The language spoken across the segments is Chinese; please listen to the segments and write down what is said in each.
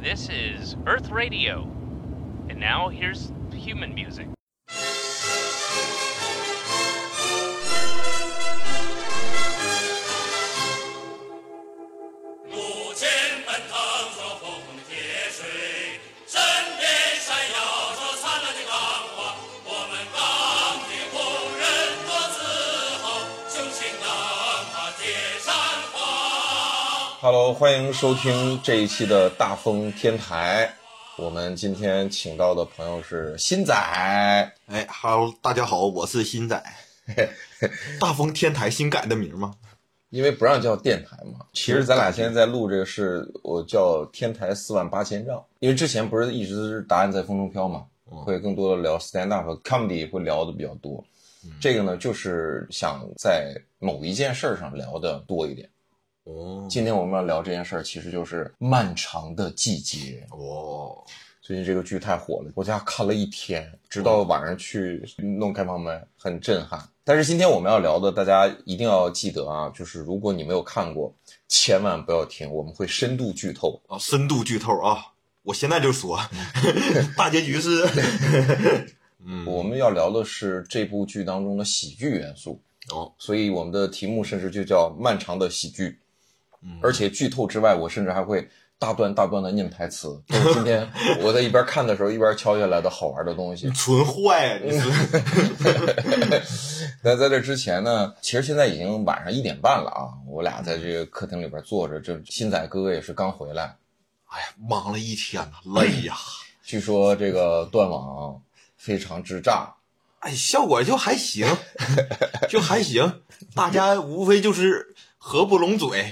This is Earth Radio. And now here's human music. 路见奔腾着火红的铁锤，身边闪耀着灿烂的钢花。我们钢铁工人多自豪，雄心能把铁山画。 Hello，欢迎收听这一期的大风天台。我们今天请到的朋友是新仔， 哎哈喽，大家好，我是新仔。大风天台新改的名吗？因为不让叫电台嘛，其实咱俩现在在录这个是我叫天台四万八千丈，因为之前不是一直答案在风中飘嘛，会更多的聊 stand up 和 comedy 会聊的比较多。这个呢，就是想在某一件事儿上聊的多一点。哦今天我们要聊这件事儿，其实就是漫长的季节。哦，最近这个剧太火了，我家看了一天，直到晚上去弄开放麦，很震撼。但是今天我们要聊的，大家一定要记得啊，就是如果你没有看过，千万不要听，我们会深度剧透。啊，深度剧透啊！我现在就 说，大结局是， 嗯我们要聊的是这部剧当中的喜剧元素，哦，所以我们的题目甚至就叫《漫长的喜剧》。而且剧透之外，我甚至还会大段大段的念台词。这是今天我在一边看的时候，一边敲下来的好玩的东西。纯坏呀、你是那在这之前呢，其实现在已经晚上一点半了啊，我俩在这个客厅里边坐着，这新仔哥哥也是刚回来，哎呀，忙了一天呐，累 呀、据说这个断网非常之炸，哎，效果就还 行，就还行，大家无非就是合不拢嘴。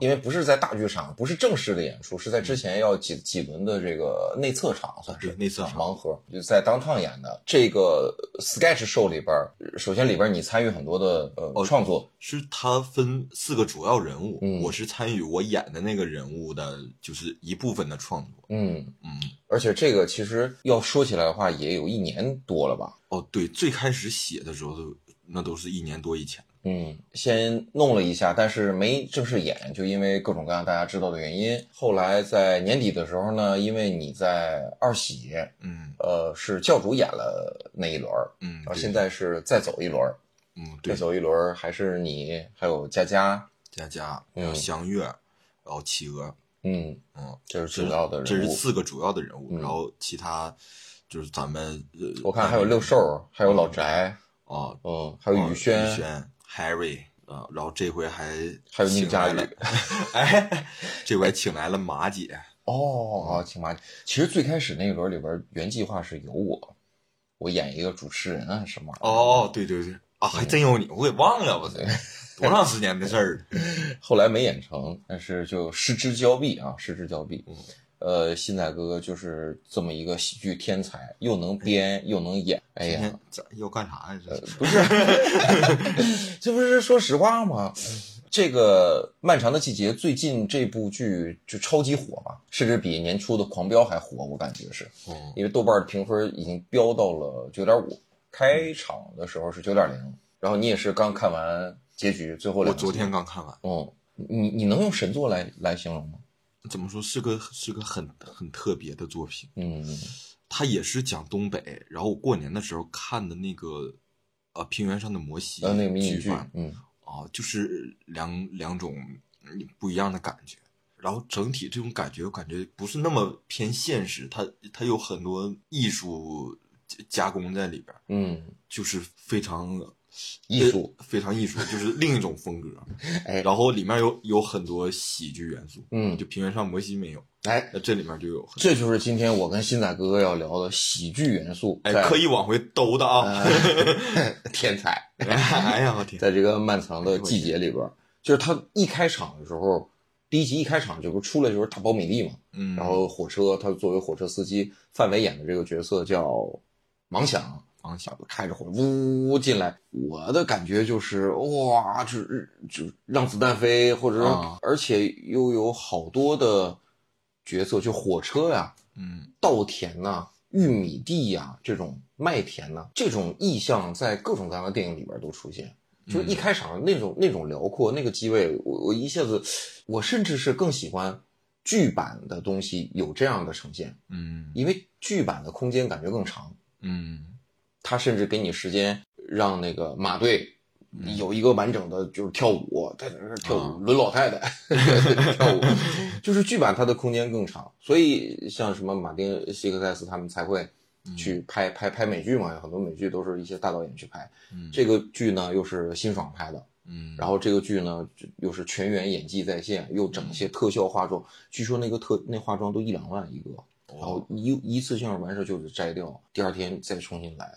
因为不是在大剧场，不是正式的演出，是在之前要几几轮的这个内测场，算是对内测场盲盒，就在当趟演的这个 sketch show 里边，首先里边你参与很多的呃、哦创作，是他分四个主要人物，嗯我是参与我演的那个人物的，就是一部分的创作。嗯，嗯，而且这个其实要说起来的话，也有一年多了吧，哦，对，最开始写的时候都那都是一年多以前。嗯，先弄了一下，但是没正式演，就因为各种各样大家知道的原因。后来在年底的时候呢，因为你在二喜，嗯呃，是教主演了那一轮儿，嗯，然后对现在是再走一轮儿，嗯再对，走一轮儿还是你还有佳佳，佳佳，嗯然后相月，然后企鹅，嗯，嗯，这这是是主要的这人是物。四个主要的人物，嗯然后其他就是咱们呃，我看还有六兽，还有老宅，啊，嗯，还有宇宇轩，轩，Harry 啊，然后这回还还有宁请来佳宇了，哎，这回还请来了马姐，哦，哦，请麻。其实最开始那一轮里边儿原计划是有我，我演一个主持人啊，还是什么玩意儿？哦，对对对，啊，还真有你，我给忘了，我操，嗯多长时间的事儿了？后来没演成，但是就失之交臂啊，失之交嗯臂。呃，新仔哥哥就是这么一个喜剧天才，又能编又能演。哎今呀哎呃天， 咱要干啥呀？这是不是， 这不是说实话吗？这个漫长的季节，最近这部剧就超级火嘛，甚至比年初的《狂飙》还火，我感觉是哦因为豆瓣的评分已经飙到了九点五，开场的时候是九点零，然后你也是刚看完结局，最后我两集昨天刚看完。哦，你你能用神作来来形容吗？怎么说是个是个很很特别的作品，嗯它也是讲东北，然后我过年的时候看的那个呃平原上的摩西呃，那个迷你剧版，嗯，啊，就是两两种嗯不一样的感觉。然后整体这种感觉，我感觉不是那么偏现实，它它有很多艺术加加工在里边，嗯，就是非常艺术，呃非常艺术，就是另一种 风格。哎然后里面有有很多喜剧元素，嗯就平原上摩西没有，哎，那这里面就有很这就是今天我跟新仔哥哥要聊的喜剧元素，哎，在可以往回兜的啊！天才， 哎呀，我天！在这个漫长的季节里边儿，就是他一开场的时候，第一集一开场就不是出来就是大苞米粒嘛，嗯，然后火车他作为火车司机，范伟演的这个角色叫盲想，王小开着火呜呜呜进来，我的感觉就是哇，这这这让子弹飞，或者说、啊而且又有好多的角色，就火车呀、嗯，稻田呐、玉米地呀、这种麦田呐、这种意象在各种各样的电影里边都出现。就是一开场那种那种辽阔，那个机位，我我一下子，我甚至是更喜欢剧版的东西有这样的呈现，嗯因为剧版的空间感觉更长，嗯它甚至给你时间让那个马队嗯有一个完整的就是跳舞，他在那儿跳啊舞轮老太 太跳舞，就是剧版它的空间更长，所以像什么马丁·西克塞斯他们才会嗯去拍拍拍美剧嘛，有很多美剧都是一些大导演去拍，嗯，这个剧呢又是辛爽拍的。嗯，然后这个剧呢，就又是全员演技在线，又整一些特效化妆，据说那个特那化妆都一两万一个，哦然后一一次性完事就得摘掉，第二天再重新来，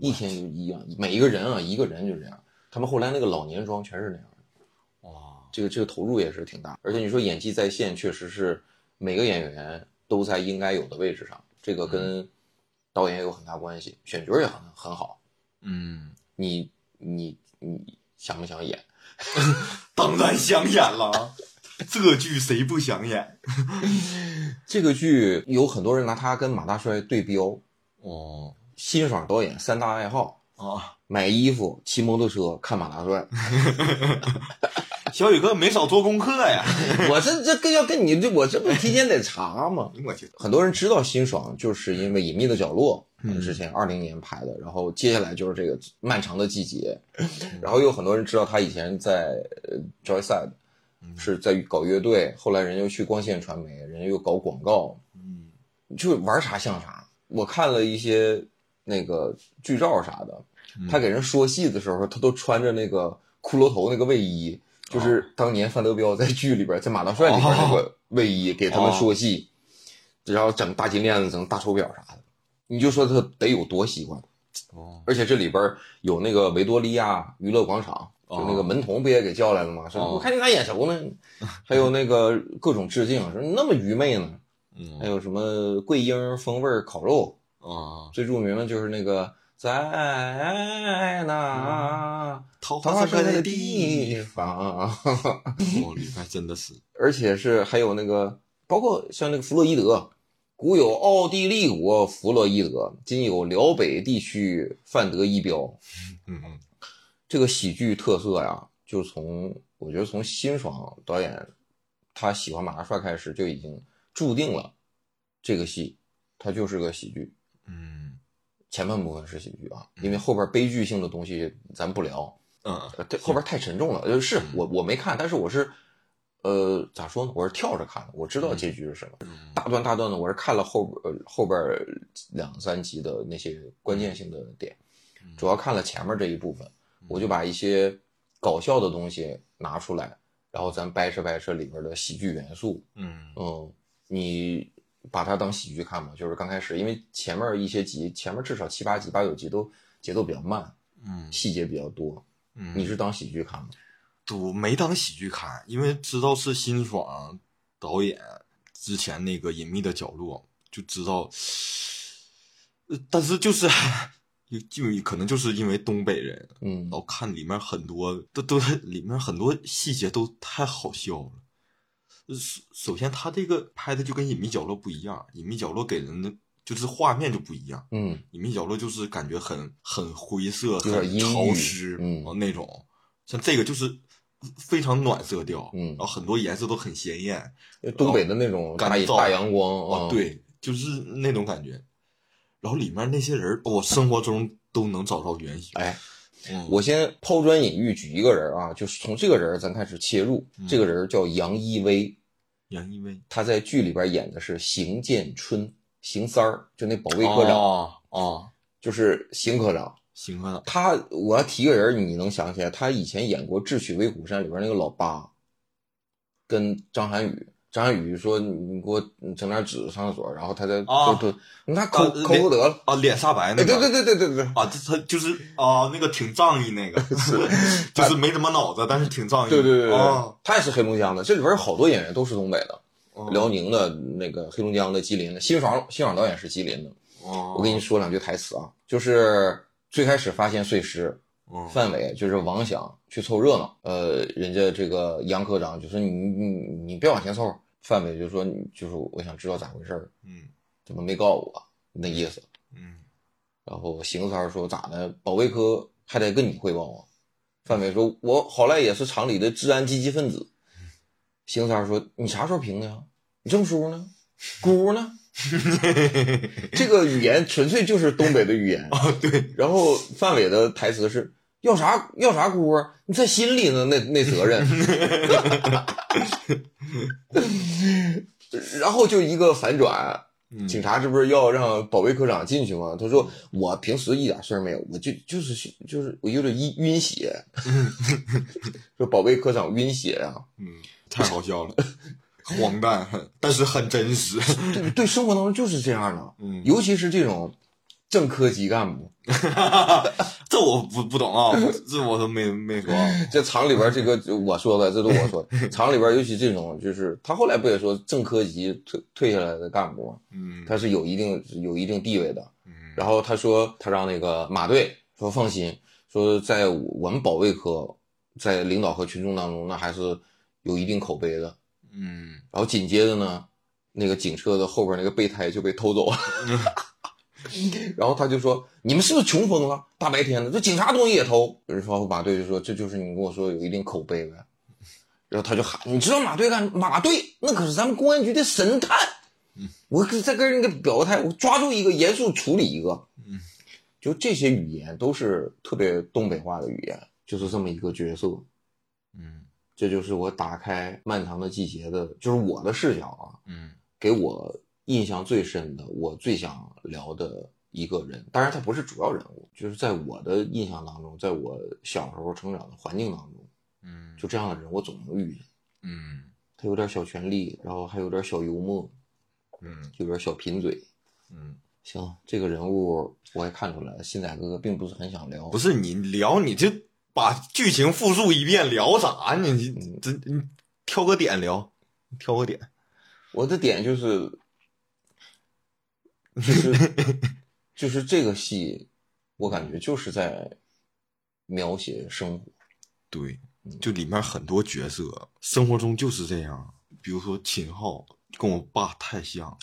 一天就一样，每一个人啊，一个人就这样。他们后来那个老年妆全是那样的，哇，这个这个投入也是挺大，而且你说演技在线，确实是每个演员都在应该有的位置上，这个跟导演有很大关系，选角也很很好，嗯，你你你想不想演？当然想演了，啊这剧谁不想演？这个剧有很多人拿他跟马大帅对标，哦辛爽导演三大爱好：啊，买衣服、骑摩托车、看马大帅。小宇哥没少做功课呀。我这这跟要跟你这我这不提前得查吗？我去，很多人知道辛爽，就是因为《隐秘的角落》嗯之前二零年拍的，然后接下来就是这个《漫长的季节》， 然后有很多人知道他以前在呃 Joyside 是在搞乐队，后来人又去光线传媒，人又搞广告，嗯就玩啥像啥。我看了一些那个剧照啥的，他给人说戏的时候，他都穿着那个骷髅头那个卫衣，就是当年范德彪在剧里边，在《马大帅》里边那个卫衣，给他们说戏，然后整大金链子，整大手表啥的，你就说他得有多喜欢。哦而且这里边有那个维多利亚娱乐广场，就那个门童不也给叫来了吗？说哦我看你咋眼熟呢？ 还有那个各种致敬，说你那么愚昧呢？嗯还有什么桂英风味烤肉，啊，最著名的就是那个在那桃桃嗯花花盛盛开开的的地地方， 哦，里面真的是，而且是还有那个，包括像那个弗洛伊德，古有奥地利国弗洛伊德，今有辽北地区范德伊彪，嗯嗯这个喜剧特色呀，就从我觉得从辛爽导演他喜欢马大帅开始就已经注定了这个戏，它就是个喜剧。嗯前半部分是喜剧啊，因为后边悲剧性的东西咱不聊，嗯呃这后边太沉重了。呃，是我我没看，但是我是，呃，咋说呢？我是跳着看的，我知道结局是什么。大段大段的，我是看了后边呃后边两三集的那些关键性的点，主要看了前面这一部分，我就把一些搞笑的东西拿出来，然后咱掰扯掰扯里边的喜剧元素，嗯嗯，你把它当喜剧看嘛，就是刚开始，因为前面一些集，前面至少七八集、八九集都节奏比较慢，嗯细节比较多，嗯，你是当喜剧看吗？我没当喜剧看，因为知道是辛爽导演之前那个《隐秘的角落》，就知道，呃但是就是就就可能就是因为东北人，嗯然，后看里面很多都都里面很多细节都太好笑了。呃首首先，他这个拍的就跟《隐秘角落》不一样，《隐秘角落》给人的就是画面就不一样。嗯，隐秘角落就是感觉很很灰色、点很阴潮郁湿，嗯然后那种。像这个就是非常暖色调，嗯然后很多颜色都很鲜艳，因为呃东北的那种干大燥大阳光哦，啊，，对，就是那种感觉。然后里面那些人儿，哦我生活中都能找到原型。哎，嗯我先抛砖引玉，举一个人啊，就是从这个人咱开始切入，嗯这个人叫杨一威，杨一威，他在剧里边演的是邢建春，邢三儿，就那保卫科长，哦哦，啊就是邢科长。邢科长，他，我要提个人，你能想起来？他以前演过《智取威虎山》里边那个老八，跟张涵予。张涵予说：“你你给我整点纸上厕所。”然后他在啊就就那抠啊抠不得了。啊，脸煞白哎，那对个，对对对对对，啊，这他就是啊，那个挺仗义 那个，就是没怎么脑子，但是挺仗义，对对对对对啊，，他也是黑龙江的。这里边有好多演员都是东北的，哦辽宁的、那个黑龙江的、吉林的。辛爽辛爽导演是吉林的。我我跟你说两句台词啊，就是最开始发现碎尸，说范伟就是王想去凑热闹，呃，人家这个杨科长就说你你你别往前凑，范伟就说你就是我想知道咋回事儿，嗯怎么没告诉我那意思。嗯然后邢三儿说咋的，保卫科还得跟你汇报啊。范伟说：“我好赖也是厂里的治安积极分子。”邢三儿说：“你啥时候评的呀？你证书呢？姑呢？” 这个语言纯粹就是东北的语言。啊，对，然后范伟的台词是：“要啥要啥姑啊，你在心里呢，那那责任。”然后就一个反转，嗯警察这不是要让保卫科长进去吗？他说我平时一点事儿没有，我就就是就是我有点晕晕 血，说保卫科长晕血啊，嗯，太好笑了， 荒诞，但是很真实。 对对，生活当中就是这样的，嗯尤其是这种正科级干部，这我不不懂啊，这我都没没说啊。这厂里边这个我说的，这都我说 的，厂里边尤其这种就是他后来不也说正科级退退下来的干部吗，嗯他是有一定有一定地位的，嗯然后他说他让那个马队说放心，说在我们保卫科，在领导和群众当中，那还是有一定口碑的。嗯，然后紧接着呢，那个警车的后边那个备胎就被偷走了。 然后他就说：“你们是不是穷疯了？大白天的，这警察东西也偷。”然后马队就说：“这就是你跟我说有一定口碑呗。”然后他就喊：“你知道马队干什么？马队那可是咱们公安局的神探。”我可再跟人家表个态，我抓住一个，严肃处理一个。嗯，就这些语言都是特别东北话的语言，就是这么一个角色。嗯这就是我打开《漫长的季节》的，就是我的视角啊，嗯给我印象最深的，我最想聊的一个人。当然，他不是主要人物，就是在我的印象当中，在我小时候成长的环境当中，嗯就这样的人我总能遇见。嗯他有点小权力，然后还有点小幽默，嗯有点小贫嘴。嗯，行，这个人物我也看出来了，新仔哥哥并不是很想聊不。是你聊你就把剧情复述一遍，聊啥呢？你这你挑个点聊，挑个点。我的点就是，就是就是这个戏，我感觉就是在描写生活。对，嗯就里面很多角色，生活中就是这样。比如说秦昊跟我爸太像了，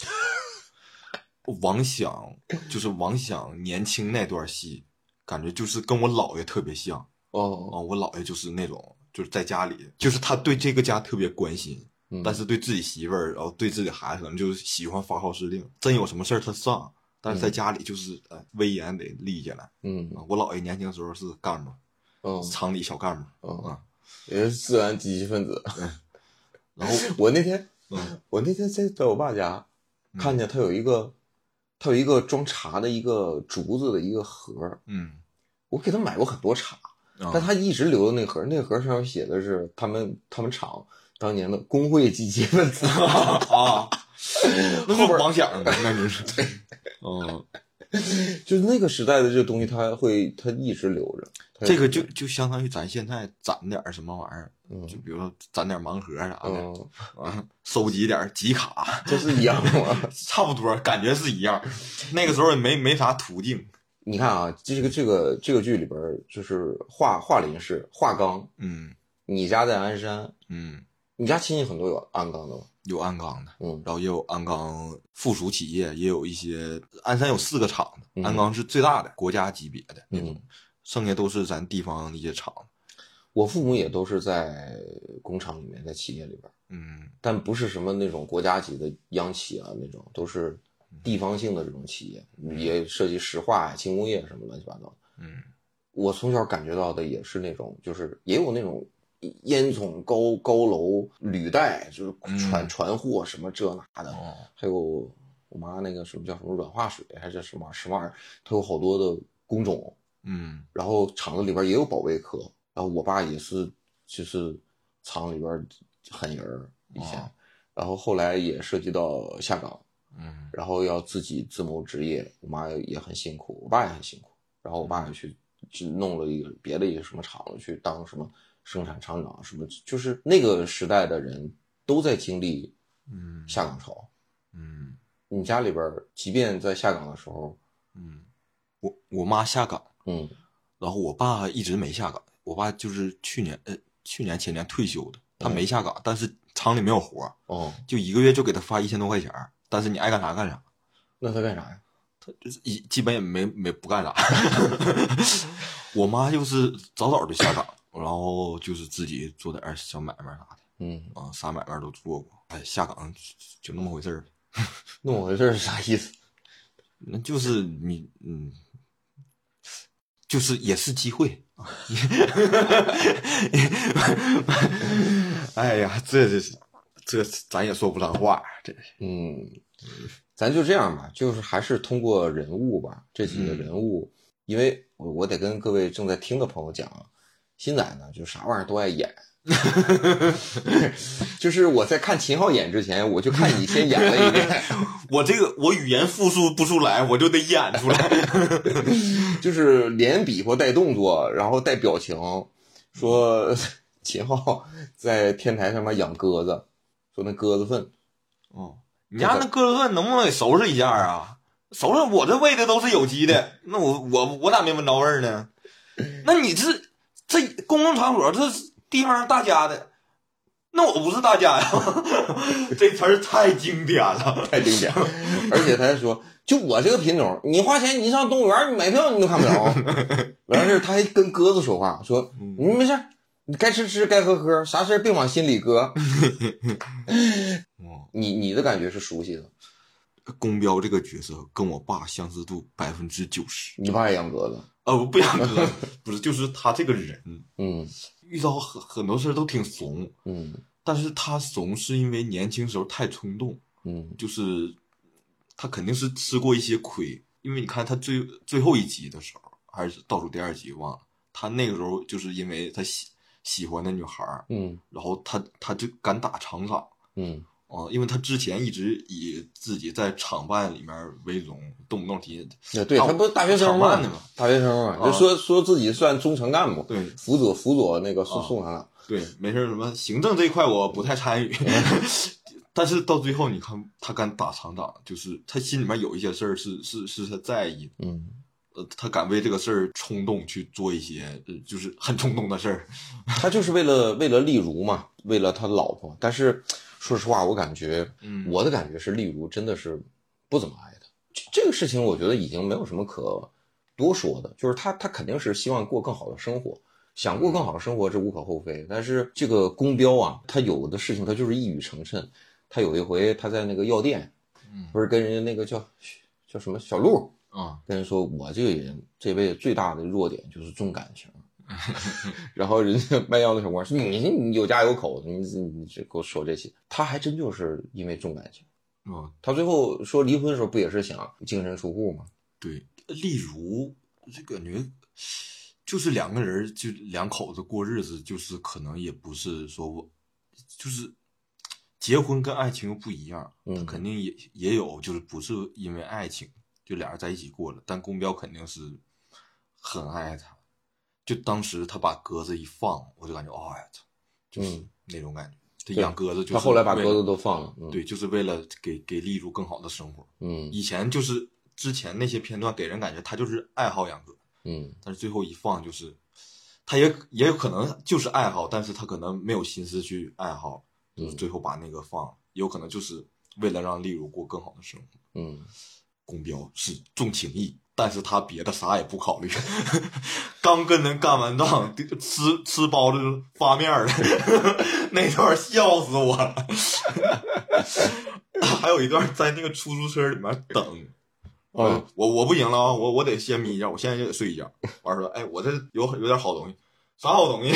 王响就是王响年轻那段戏，感觉就是跟我姥爷特别像啊、哦，我姥爷就是那种就是在家里，就是他对这个家特别关心，嗯但是对自己媳妇儿，然后对自己孩子，可能就是喜欢发号施令。真有什么事儿他上，但是在家里就是、哎威严得立起来。嗯啊我姥爷年轻的时候是干部，嗯厂里小干部。嗯啊，也是自然积极分子。然后我那天嗯 我那天在在我爸家嗯看见他有一个，他有一个装茶的一个竹子的一个盒儿，嗯，我给他买过很多茶，啊但他一直留的那盒儿，那盒儿上面写的是他们他们厂当年的工会积极分 子。 啊， 那后边是王响的，那就是 嗯，就是那个时代的这个东西，它会它一直留着。它这个就就相当于咱现在攒点儿什么玩意儿，嗯就比如说攒点儿盲盒啥的，嗯，啊，收集点儿集卡，这是一样的吗？ 差不多，感觉是一样。那个时候也没没啥途径，你看啊，这个这个这个剧里边儿就是华华林市华冈，嗯你家在鞍山，嗯，你家亲戚很多有鞍钢的吗？有鞍钢的，嗯然后也有鞍钢附属企业，也有一些鞍山有四个厂子，嗯鞍钢是最大的国家级别的那种嗯，，剩下都是咱地方的一些厂子，我父母也都是在工厂里面，在企业里边儿，嗯但不是什么那种国家级的央企啊那种，都是地方性的这种企业，也涉及石化呀、轻工业什么乱七八糟的。嗯我从小感觉到的也是那种，就是也有那种烟囱、高高楼、履带，就是船、嗯船货什么这那的，哦还有我妈那个什么叫什么软化水还是什么玩意儿什么玩意儿，它有好多的工种。嗯然后厂子里边也有保卫科，然后我爸也是就是厂里边狠人儿以前，哦然后后来也涉及到下岗，嗯然后要自己自谋职业，我妈也很辛苦，我爸也很辛苦，然后我爸也嗯去去弄了一个别的一个什么厂子去当什么生产厂长什么，就是那个时代的人都在经历嗯下岗潮。嗯你家里边儿，即便在下岗的时候，嗯，我我妈下岗，嗯然后我爸一直没下岗，我爸就是去年呃去年前年退休的，他没下岗，但是厂里没有活儿，哦，就一个月就给他发一千多块钱儿，但是你爱干啥干啥，那他干啥呀？就是一 基本也没没不干啥。我妈就是早早就下岗，然后就是自己做点儿小买卖啥的嗯，啊，啥买卖都做过。哎，下岗就那么回事儿，那么回事儿是啥意思？那就是你嗯，就是也是机会。 哎呀，这这这咱也说不上话，这嗯，咱就这样吧，就是还是通过人物吧，这几个人物，因为我我得跟各位正在听的朋友讲啊，新仔呢就啥玩意儿都爱演。就是我在看秦昊演之前，我就看你先演了一遍， 我这个我语言复述不出来，我就得演出来。就是连比划带动作，然后带表情，说 秦昊在天台上面养鸽子，说那鸽子粪，哦，你家那鸽子粪能不能给收拾一下啊？收拾我这喂的都是有机的，那我我我咋没闻着味儿呢？那你这这公共场所这地方是大家的，那我不是大家呀？ 这词儿太经典了。太经典了。 而且他还说，就我这个品种，你花钱你上动物园，你买票你都看不 着。完事儿他还跟鸽子说话，说嗯你没事儿，你该吃吃，该喝喝，啥事儿别往心里 搁。哦，你你的感觉是熟悉的，公彪这个角色跟我爸相似度百分之九十。你爸也养鸽子，呃，我不想哥， 不是，就是他这个人嗯遇到很很多事儿都挺怂，嗯但是他怂是因为年轻时候太冲动，嗯就是他肯定是吃过一些亏，因为你看他最最后一集的时候，还是倒数第二集忘了，他那个时候就是因为他喜喜欢的女孩儿，嗯然后他他就敢打场场嗯啊、因为他之前一直以自己在厂办里面为荣，动不动提，那对他不是大学生厂吗啊办的嘛？大学生嘛，啊就说说自己算中层干部，对辅佐辅佐那个宋啊宋长长，对，没事儿，什么行政这一块我不太参与，但是到最后你看他敢打厂长，就是他心里面有一些事儿是是是他在意的。嗯。呃，他敢为这个事儿冲动去做一些，呃，就是很冲动的事儿。他就是为了为了例如嘛，为了他老婆。但是说实话，我感觉，嗯我的感觉是例如真的是不怎么爱他。这这个事情，我觉得已经没有什么可多说的，就是他他肯定是希望过更好的生活。想过更好的生活，这无可厚非。但是这个公标啊，他有的事情他就是一语成谶。他有一回他在那个药店，嗯不是跟人家那个叫叫什么小鹿，啊，跟人说，我这个人这辈子最大的弱点就是重感 情。然后人家卖药的小官说：“你你有家有口，你你你这给我说这些。”他还真就是因为重感情。嗯，他最后说离婚的时候，不也是想净身出户吗？对，例如就感觉就是两个人就两口子过日子，就是可能也不是说我就是结婚跟爱情又不一样，他嗯肯定也也有就是不是因为爱情就俩人在一起过了，但公彪肯定是很爱他。就当时他把鸽子一放，我就感觉哎呀，操就是嗯那种感觉。他对养鸽子就是他后来把为了鸽子都放了。嗯、对，，就是为了给给丽茹更好的生活。嗯以前就是之前那些片段给人感觉他就是爱好养鸽，嗯但是最后一放就是，他也也有可能就是爱好，但是他可能没有心思去爱好，就是嗯最后把那个放了，也有可能就是为了让丽茹过更好的生活。嗯，公彪是重情义，但是他别的啥也不考虑， 刚跟人干完仗，吃吃包子发面儿了， 那段笑死我了。 还有一段在那个出租车里面等，哦，我我不行了啊，我我得先眯一觉，我现在就得睡一觉。完说，哎，我这有有点好东西。啥好东西？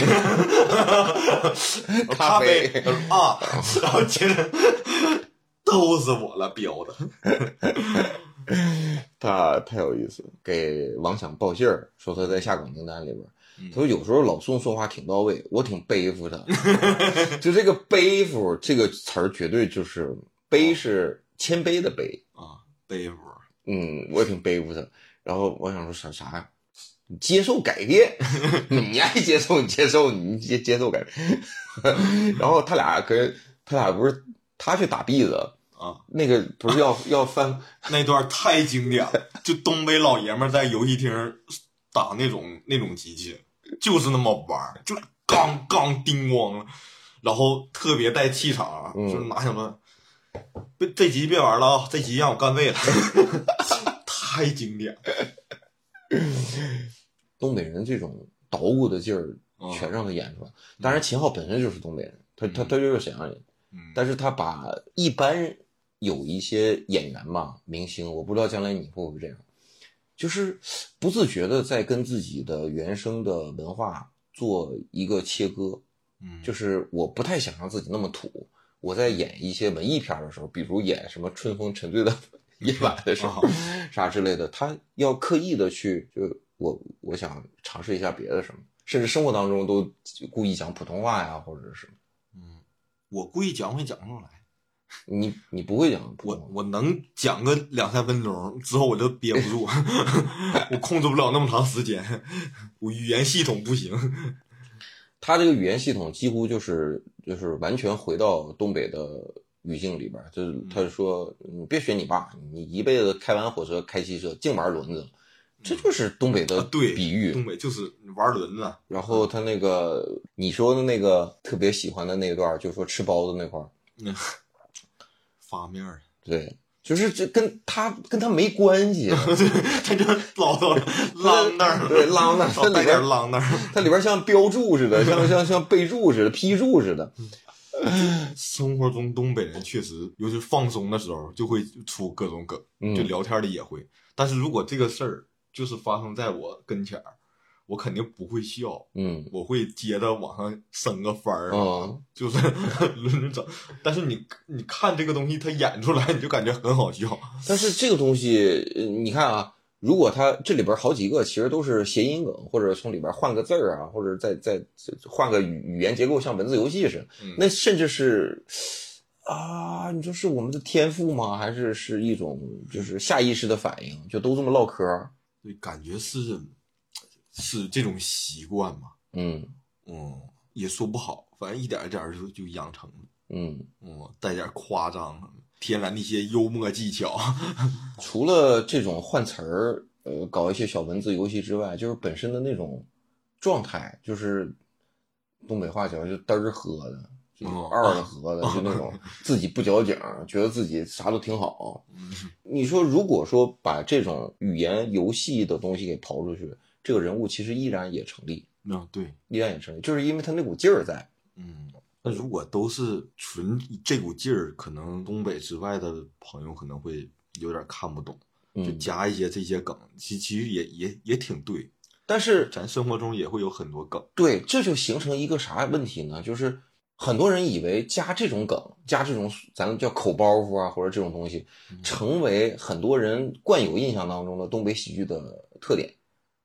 咖咖啡他说啊，然后接着 逗死我了，彪的。 他太有意思了，给王响报信儿说他在下岗名单里边儿。嗯他说有时候老宋说话挺到位，我挺背负他。就这个背负这个词儿，绝对就是背是谦卑的卑。 啊，背负。嗯，我挺背负他。然后我想说啥啥呀？你接受改变， 你爱接受你接受你接接受改变。 然后他俩跟他俩不是他去打篦子，啊，那个不是要要翻 那段太经典了，就东北老爷们儿在游戏厅打那种那种机器，就是那么玩儿，就刚刚叮咣了，然后特别带气场啊，嗯就是拿什么，别这集别玩了啊，这集让我干废 了，太经典了。东北人这种捣鼓的劲儿嗯全让他演出来。当然，秦昊本身就是东北人，他他他就是沈阳人，嗯，但是他把一般有一些演员嘛，明星，我不知道将来你会不会这样，就是不自觉的在跟自己的原生的文化做一个切割，嗯就是我不太想让自己那么土。我在演一些文艺片的时候，比如演什么《春风沉醉的夜晚》的时候，啥之类的，他要刻意的去，就我我想尝试一下别的什么，甚至生活当中都故意讲普通话呀，或者是嗯，我故意讲会讲不出来，你你不会讲普我通话，我能讲个两三分钟之后我就憋不住， 我控制不了那么长时间， 我语言系统不行。他这个语言系统几乎就是就是完全回到东北的语境里边儿，就是嗯他说你别学你爸，你一辈子开完火车开汽车，净玩轮子，这就是东北的啊对比喻。东北就是玩轮子，然后他那个你说的那个特别喜欢的那一段儿，就说吃包子那块儿，发面儿，对，就是这跟他跟他没关系，啊 他就老到浪那儿，对浪那儿老带点浪那儿。它里边像标注似的，像像像备注似的、批注似的，生活中东北人确实，尤其放松的时候就会出各种梗，嗯就聊天里也会。但是如果这个事儿就是发生在我跟前儿，我肯定不会笑，嗯我会接着往上升个翻儿。嗯，就是 轮着整。但是你你看这个东西，他演出来你就感觉很好笑。但是这个东西，呃你看啊，如果它这里边好几个其实都是谐音梗，或者从里边换个字儿啊，或者再再再换个语语言结构，像文字游戏似的，嗯那甚至是啊，你说是我们的天赋吗？还是是一种就是下意识的反应？就都这么唠嗑儿？对，感觉是是这种习惯嘛，嗯嗯，也说不好，反正一点一点就就养成了，嗯。嗯，带点夸张，天然的一些幽默技巧， 除了这种换词儿，呃，搞一些小文字游戏之外，就是本身的那种状态，就是东北话讲就嘚儿喝的，就是哦二的喝的，就那种自己不矫情，觉得自己啥都挺好。嗯 你说，如果说把这种语言游戏的东西给刨出去，这个人物其实依然也成立，嗯，对，依然也成立，就是因为他那股劲儿在。嗯。那如果都是纯这股劲儿，可能东北之外的朋友可能会有点看不懂，就嗯，加一些这些梗，其其实也也也挺对，但是咱生活中也会有很多梗。对，这就形成一个啥问题呢？就是很多人以为加这种梗，加这种咱们叫口包袱啊，或者这种东西，成为很多人惯有印象当中的东北喜剧的特点。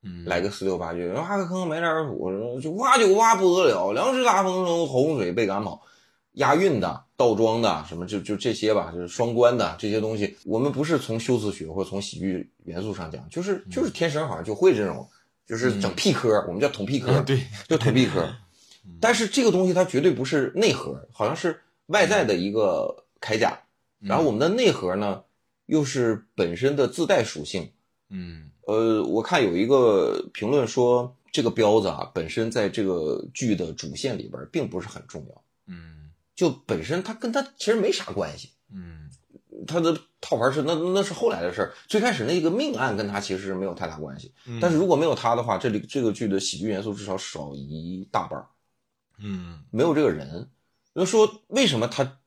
嗯来个十六八句，挖个坑埋点儿土，就挖就挖不得了，粮食大丰收，洪水被赶跑，押韵的、倒装的，什么就就这些吧，就是双关的这些东西，我们不是从修辞学或从喜剧元素上讲，就是嗯就是天生好像就会这种，就是整屁科，我们叫捅屁科，嗯对，嗯就捅屁 科。但是这个东西它绝对不是内核，好像是外在的一个铠甲，嗯然后我们的内核呢，又是本身的自带属性。嗯呃，我看有一个评论说，这个彪子啊，本身在这个剧的主线里边儿并不是很重要，嗯就本身他跟他其实没啥关系，嗯他的套牌是那那是后来的事儿，最开始那个命案跟他其实没有太大关系，嗯但是如果没有他的话，这里这个剧的喜剧元素至少少一大半儿，嗯没有这个人。那说为什么他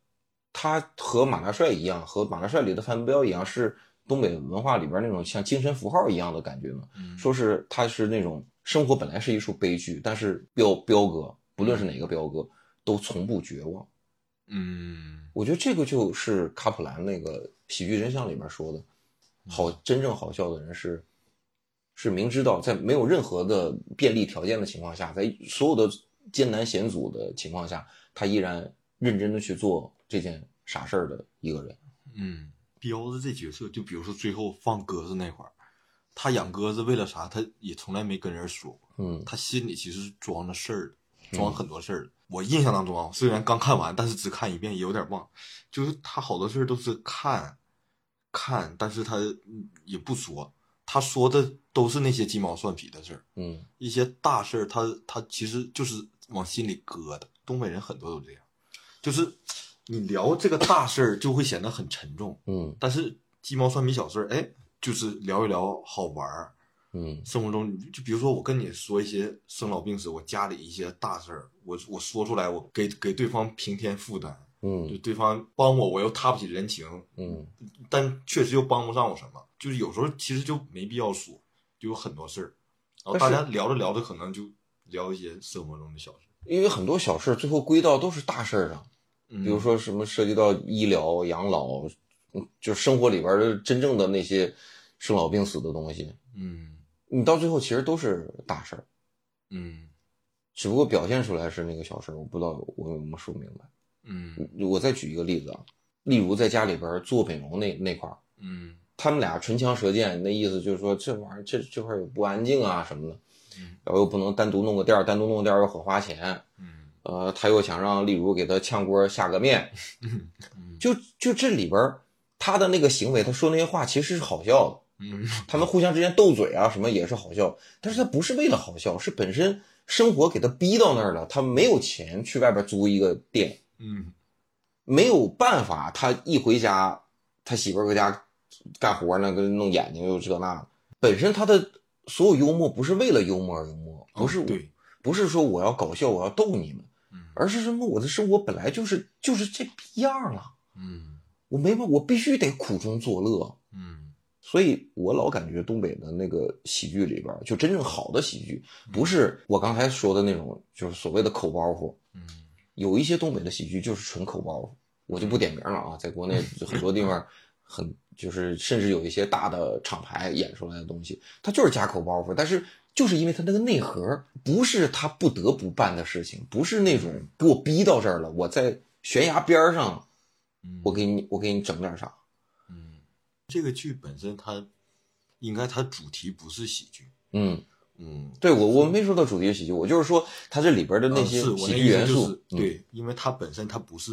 他和马大帅一样，和马大帅里的范彪一样，是东北文化里边那种像精神符号一样的感觉呢？嗯说是他是那种生活本来是一出悲剧，但是彪彪哥不论是哪个彪哥都从不绝望。嗯我觉得这个就是卡普兰那个《喜剧真相》里面说的，好真正好笑的人是是明知道在没有任何的便利条件的情况下，在所有的艰难险阻的情况下，他依然认真的去做这件傻事儿的一个人。嗯，彪子这角色，就比如说最后放鸽子那块儿，他养鸽子为了啥？他也从来没跟人说过，嗯他心里其实装着事儿，装很多事儿。我印象当中啊，虽然刚看完，但是只看一遍也有点忘，就是他好多事儿都是看看，但是他嗯也不说，他说的都是那些鸡毛蒜皮的事儿。嗯一些大事儿，他他其实就是往心里搁的。东北人很多都这样，就是你聊这个大事儿就会显得很沉重，嗯但是鸡毛蒜皮小事儿，哎，就是聊一聊好玩儿，嗯生活中，就比如说我跟你说一些生老病死，我家里一些大事儿，我我说出来，我给给对方平添负担，就嗯对方帮我，我又踏不起人情，嗯但确实又帮不上我什么。就是有时候其实就没必要说，就有很多事儿，然后但大是家聊着聊着，可能就聊一些生活中的小事，因为很多小事最后归到都是大事儿上，比比如说什么涉及到医疗、养老，嗯就是生活里边儿真正的那些生老病死的东西，嗯你到最后其实都是大事儿，嗯只不过表现出来是那个小事儿。我不知道我有没有说明白。嗯我再举一个例子啊，例如在家里边儿做美容那那块儿，嗯他们俩唇枪舌剑，那意思就是说这玩意儿这这块儿有不安静啊什么的嗯，然后又不能单独弄个店儿，单独弄个店儿又很花钱，嗯呃，他又想让例如给他炝锅下个面，就就这里边儿他的那个行为，他说那些话其实是好笑的，嗯他们互相之间斗嘴啊什么也是好笑，但是他不是为了好笑，是本身生活给他逼到那儿了，他没有钱去外边租一个店，嗯没有办法，他一回家，他媳妇儿搁家干活呢，跟弄眼睛又这那的。本身他的所有幽默不是为了幽默而幽默，不是、哦对，不是说我要搞笑，我要逗你们，嗯而是什么我的生活本来就是就是这逼样了，嗯我没办，我必须得苦中作乐。嗯所以我老感觉东北的那个喜剧里边儿，就真正好的喜剧，不是我刚才说的那种，就是所谓的口包袱，嗯有一些东北的喜剧就是纯口包袱，我就不点名了啊，在国内就很多地方很就是甚至有一些大的厂牌演出来的东西，它就是加口包袱，但是就是因为它那个内核不是他不得不办的事情，不是那种给我逼到这儿了，我在悬崖边儿上，嗯，我给你我给你整点啥，嗯，这个剧本身它应该它主题不是喜剧，嗯，嗯，对我我没说到主题喜剧，我就是说它这里边的那嗯些是我喜那剧意元思就素嗯是，对，因为它本身它不是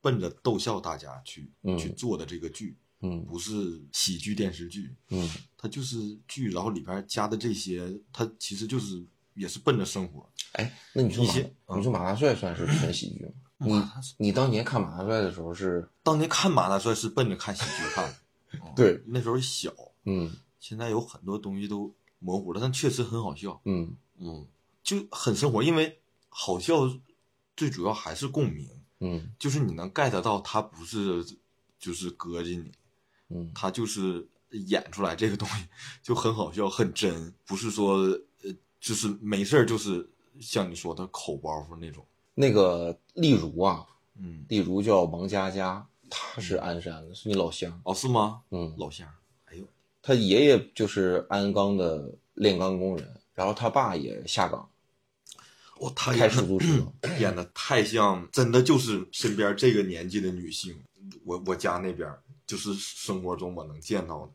奔着逗笑大家去嗯去做的这个剧，嗯不是喜剧电视剧，嗯它就是剧，然后里边加的这些，它其实就是也是奔着生活，哎，那你说一马些嗯你说马大帅算是纯喜剧吗？马你大帅你当年看马大帅的时候是，当年看马大帅是奔着看喜剧看的，嗯对，那时候小，嗯现在有很多东西都模糊了，但确实很好笑，嗯嗯，就很生活，因为好笑最主要还是共鸣，嗯就是你能 get 到他不是就是膈着你，嗯他就是演出来这个东西就很好笑，很真，不是说呃就是没事儿就是像你说的口包袱那种，那个例如啊，嗯，例如叫王佳佳，她是鞍山的，是你老乡，哦是吗？嗯，老乡，哎呦，她爷爷就是鞍钢的炼钢工人，然后他爸也下岗哦他开出租车， 演的太像，真的就是身边这个年纪的女性。我我家那边儿就是生活中我能见到的，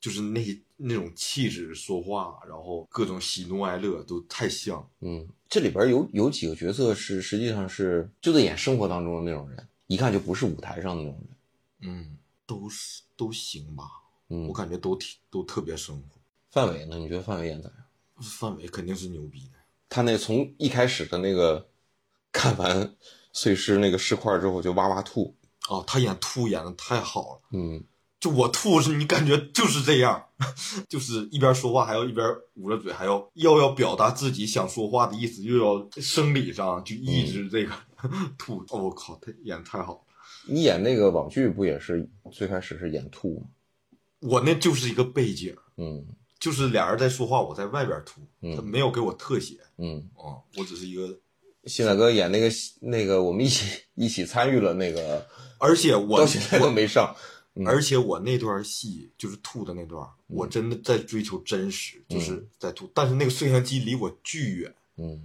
就是那那种气质、说话，然后各种喜怒哀乐都太像。嗯，这里边有有几个角色是实际上是就在演生活当中的那种人，一看就不是舞台上的那种人，嗯，都是都行吧，我嗯，感觉都挺都特别生活。范伟呢？你觉得范伟演咋样？范伟肯定是牛逼的，他那从一开始的那个看完碎尸那个尸块之后就哇哇吐，哦，他演吐演的太好了，嗯就我吐是你感觉就是这样， 就是一边说话还要一边捂着嘴，还要又要表达自己想说话的意思，又要生理上去嗯抑制这个、 吐。哦，我靠，他演得太好了，你演那个网剧不也是最开始是演吐吗？我那就是一个背景，嗯就是俩人在说话，我在外边吐，嗯他没有给我特写嗯，啊、我只是一个，新仔哥演那个那个，我们一起一起参与了那个，而且我到现在都我没上。嗯而且我那段戏就是吐的那段，我真的在追求真实，就是在吐，但是那个摄像机离我巨远。嗯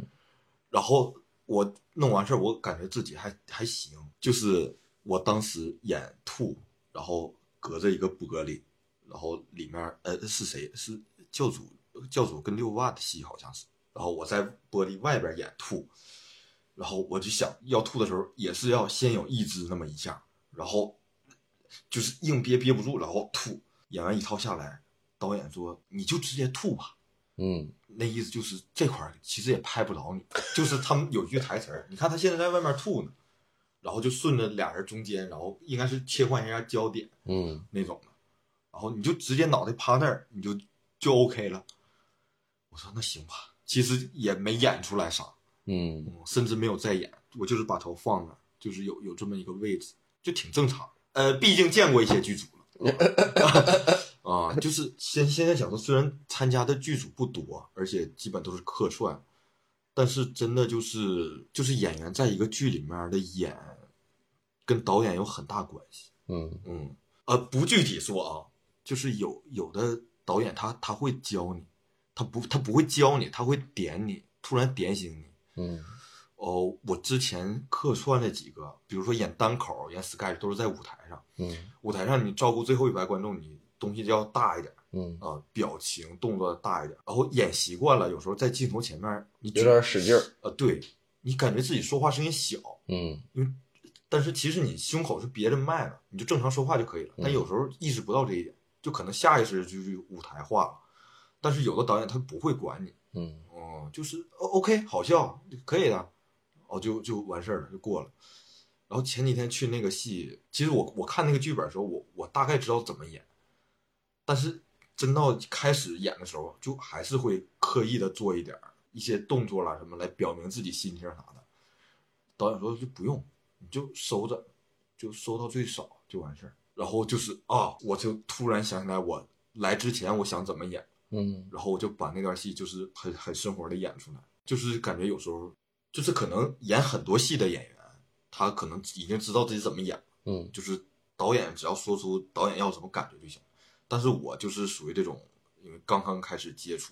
然后我弄完事儿，我感觉自己还还行，就是我当时演吐，然后隔着一个玻璃，然后里面呃是谁是教主教主跟六娃的戏好像是，然后我在玻璃外边演吐，然后我就想要吐的时候也是要先有一支那么一下，然后就是硬憋憋不住，然后吐，演完一套下来，导演说你就直接吐吧，嗯那意思就是这块儿其实也拍不着你，就是他们有句台词儿，你看他现在在外面吐呢，然后就顺着俩人中间，然后应该是切换一下焦点嗯那种的，然后你就直接脑袋趴那儿，你就就 OK 了。我说那行吧，其实也没演出来啥，嗯嗯甚至没有再演，我就是把头放那儿，就是有有这么一个位置，就挺正常。呃，毕竟见过一些剧组了， 啊，就是现现在想说，虽然参加的剧组不多，啊而且基本都是客串，但是真的就是就是演员在一个剧里面的演，跟导演有很大关系。嗯嗯，呃，不具体说啊，就是有有的导演他他会教你，他不他不会教你，他会点你，突然点醒你。嗯哦，我之前客串了几个，比如说演单口、演 sketch 都是在舞台上，嗯舞台上你照顾最后一排观众，你东西就要大一点嗯，啊、表情动作大一点，然后演习惯了，有时候在镜头前面你有点使劲儿，呃，对你感觉自己说话声音小，嗯因为但是其实你胸口是憋着麦了，你就正常说话就可以了。嗯但有时候意识不到这一点，就可能下意识就是舞台化了。但是有的导演他不会管你，嗯哦、就是哦 OK 好笑可以的，哦就就完事儿了就过了。然后前几天去那个戏，其实我我看那个剧本的时候，我我大概知道怎么演，但是真到开始演的时候，就还是会刻意的做一点儿一些动作啦什么来表明自己心情啥的。导演说就不用，你就收着，就收到最少就完事儿。然后就是啊，我就突然想起来，我来之前我想怎么演。嗯然后我就把那段戏就是很很生活的演出来，就是感觉有时候就是可能演很多戏的演员，他可能已经知道自己怎么演，嗯就是导演只要说出导演要什么感觉就行。但是我就是属于这种，因为刚刚开始接触，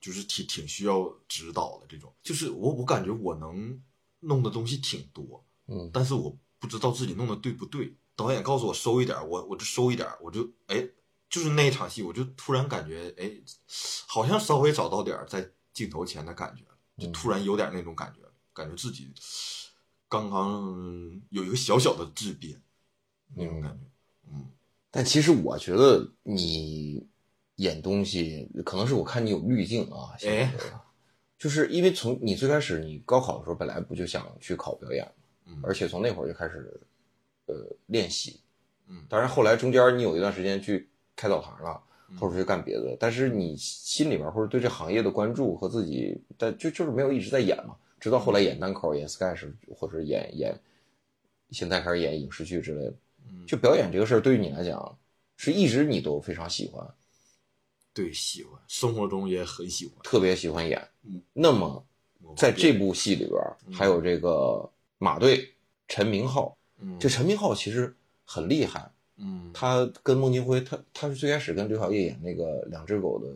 就是挺挺需要指导的这种，就是我我感觉我能弄的东西挺多，嗯但是我不知道自己弄的对不对。导演告诉我收一点儿，我我就收一点儿，我就哎，就是那一场戏，我就突然感觉哎，好像稍微找到点儿在镜头前的感觉了，就突然有点那种感觉，感觉自己刚刚有一个小小的质变那嗯种感觉。但其实我觉得你演东西，可能是我看你有滤镜啊，现在哎觉得就是因为从你最开始你高考的时候，本来不就想去考表演嘛嗯，而且从那会儿就开始呃练习，嗯当然后来中间你有一段时间去开导堂了。嗯或者去干别的，但是你心里边或者对这行业的关注和自己，但就就是没有一直在演嘛，直到后嗯来演单口、演 sketch 或者演演，现在开始演影视剧之类的，嗯就表演这个事儿，对于你来讲，是一直你都非常喜欢，对，喜欢，生活中也很喜欢。特别喜欢演嗯。那么，我在会这部戏里边儿，还有这个马队陈明昊，嗯这陈明昊其实很厉害，嗯他跟孟京辉，他他是最开始跟刘晓叶演那个《两只狗的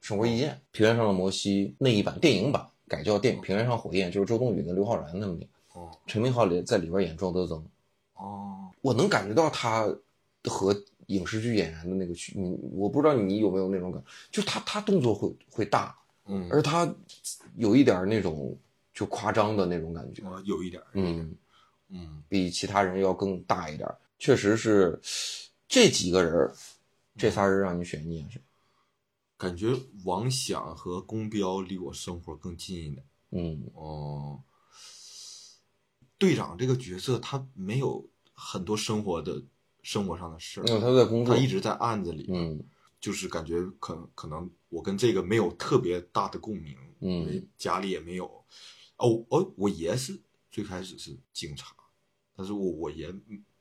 生活意见》平原上的摩西那一版电影版改叫电《平原上火焰》，就是周冬雨跟刘昊然他们的。哦陈明昊里在里边演庄德增，哦我能感觉到他和影视剧演员的那个区，你我不知道你有没有那种感，就他他动作会会大，嗯，而他有一点儿那种就夸张的那种感觉，我有一点儿嗯。嗯比其他人要更大一点儿。确实是这几个人儿，这仨人让你选，你也是。感觉王响和宫彪离我生活更近一点。嗯哦，队长这个角色他没有很多生活的生活上的事儿，因为他在工作，他一直在案子里，嗯就是感觉可能可能我跟这个没有特别大的共鸣，嗯因为家里也没有。哦哦，我爷是最开始是警察，但是我我爷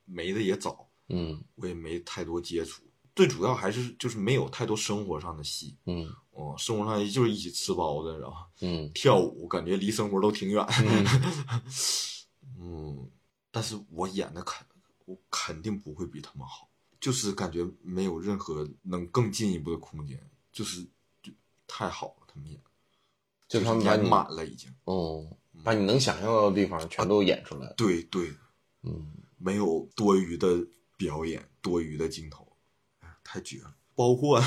没的也早，嗯我也没太多接触。最主要还是就是没有太多生活上的戏，嗯哦，生活上就是一起吃包子，然后嗯跳舞，感觉离生活都挺远。 嗯，但是我演的肯，我肯定不会比他们好，就是感觉没有任何能更进一步的空间，就是就太好了，他们演，就他们是把演你满了已经。嗯把你能想象到的地方全都演出来了。对对，嗯没有多余的表演，多余的镜头，哎太绝了。包括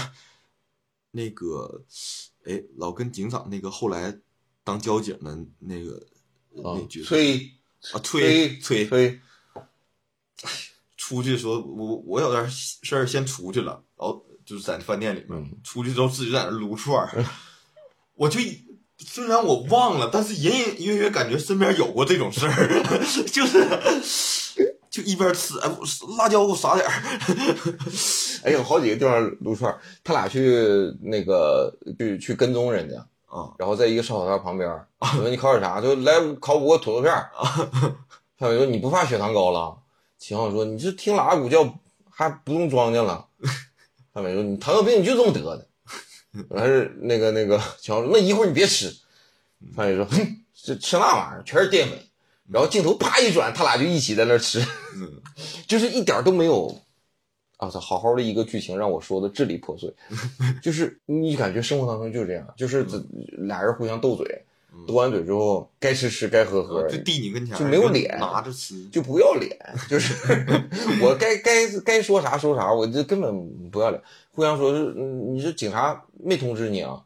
那个，哎，老跟警长那个后来当交警的那个、呃啊那角，色，崔啊，崔崔崔崔，出去说，我我有点事儿先出去了，然后就是在饭店里面、嗯出去之后自己在那撸串儿，我就虽然我 忘了，但是隐隐约约感觉身边有过这种事儿，就是就一边吃，哎，辣椒给我撒点儿。哎，有好几个地方撸串儿，他俩去那个去去跟踪人家，啊然后在一个烧烤摊旁边儿，说你烤点啥？就来烤五个土豆片儿。范伟说你不怕血糖高了？秦昊说你这听喇叭鼓叫还不用庄稼了。范伟说你糖尿病你就这么得的。完事儿那个那个秦昊说那一会儿你别吃。范伟说哼，这吃那玩意儿全是淀粉。然后镜头啪一转，他俩就一起在那儿吃，嗯就是一点儿都没有。啊，操！好好的一个剧情让我说的支离 破碎，就是你感觉生活当中就是这样，就是这嗯俩人互相斗嘴，斗完嘴之后该吃吃，该喝喝，嗯就递你跟前儿，就没有脸拿着吃。就不要脸，就是 我该该该说啥说啥，我这根本不要脸。互相说是，嗯你这警察没通知你啊？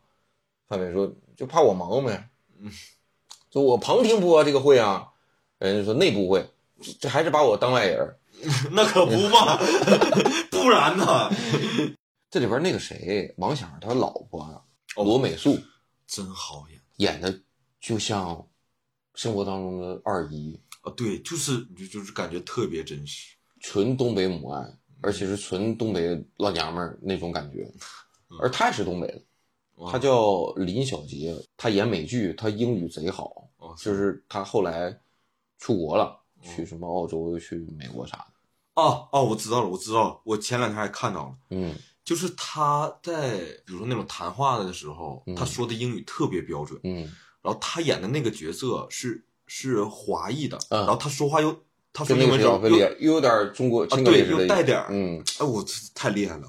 范伟说，就怕我忙呗。就我旁听播这个会啊，人家说内部会，这这还是把我当外人儿。那可不 嘛，不然呢？ 这里边那个谁，王响他老婆啊罗美素真好演演的就像生活当中的二姨，啊！对，就是就就是感觉特别真实。纯东北母爱，嗯而且是纯东北老娘们儿那种感觉。而她也是东北的，嗯哇她叫林小杰，她演美剧，她英语贼好，哦是就是她后来出国了，去什么澳洲、去美国啥的。哦哦，我知道了，我知道了，我前两天还看到了，嗯，就是他在比如说那种谈话的时候，嗯他说的英语特别标准，嗯，然后他演的那个角色是是华裔的，嗯然后他说话又他就说那英个文谁时老候哥又脸又有点中国啊青格里对，似又的，带点儿嗯，哎，我这太厉害了，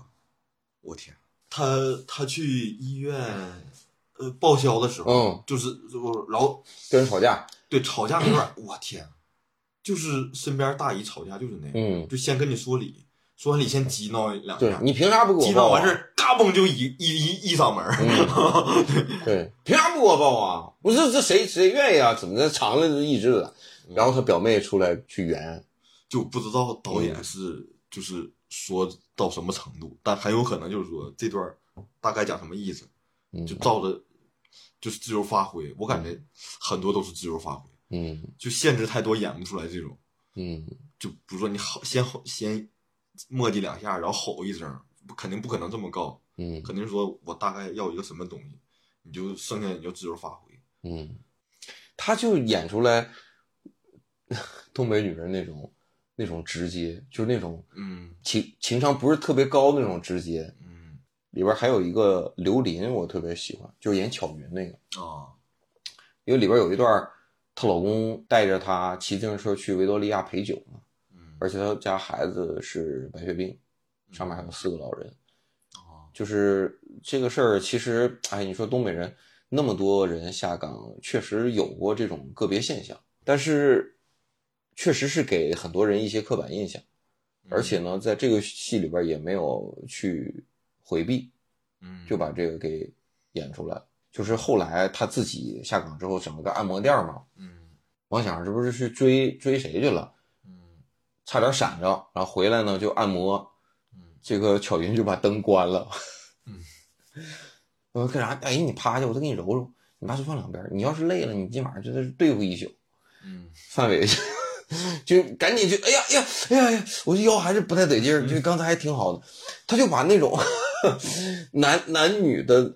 我天！他他去医院，呃，报销的时候，嗯就是我，然后跟人吵架，对吵架那块儿，我天，就是身边大姨吵架就是那样，嗯就先跟你说理，说完理先激闹两对下，你凭啥不给激我闹报完啊嗯事？儿，嘎嘣就一一一一嗓门 儿，对，凭啥不给我报啊？我说这谁谁愿意啊？怎么的，长了就一直的。嗯然后他表妹出来去圆，就不知道导嗯演是就是说到什么程度，但很有可能就是说这段儿大概讲什么意思，嗯就照着就是自由发挥。我感觉很多都是自由发挥，嗯就限制太多演不出来这种。嗯，就比如说你吼先吼先磨叽两下，然后吼一声，不肯定不可能这么高，嗯肯定说我大概要一个什么东西，你就剩下你就自由发挥。嗯，他就演出来 东北女人那种那种直接，就是那种嗯情情商不是特别高那种直接。嗯里边还有一个刘琳，我特别喜欢，就是演巧云那个，啊因为里边有一段她老公带着她骑自行车去维多利亚陪酒嘛，嗯而且她家孩子是白血病，上面还有四个老人。啊就是这个事儿，其实，哎，你说东北人那么多人下岗，确实有过这种个别现象，但是确实是给很多人一些刻板印象，而且呢，在这个戏里边也没有去回避，嗯就把这个给演出来了。就是后来他自己下岗之后，整了个按摩店嘛，嗯王响这不是去追追谁去了，嗯差点闪着，然后回来呢就按摩，嗯这个巧云就把灯关了。嗯， 我说干啥？哎，你趴下，我再给你揉揉。你把手放两边儿，你要是累了，你今晚上就在这对付一宿。嗯范伟 就赶紧就，哎呀哎呀哎呀哎呀，我这腰还是不太得劲儿，就刚才还挺好的。他就把那种 男男女的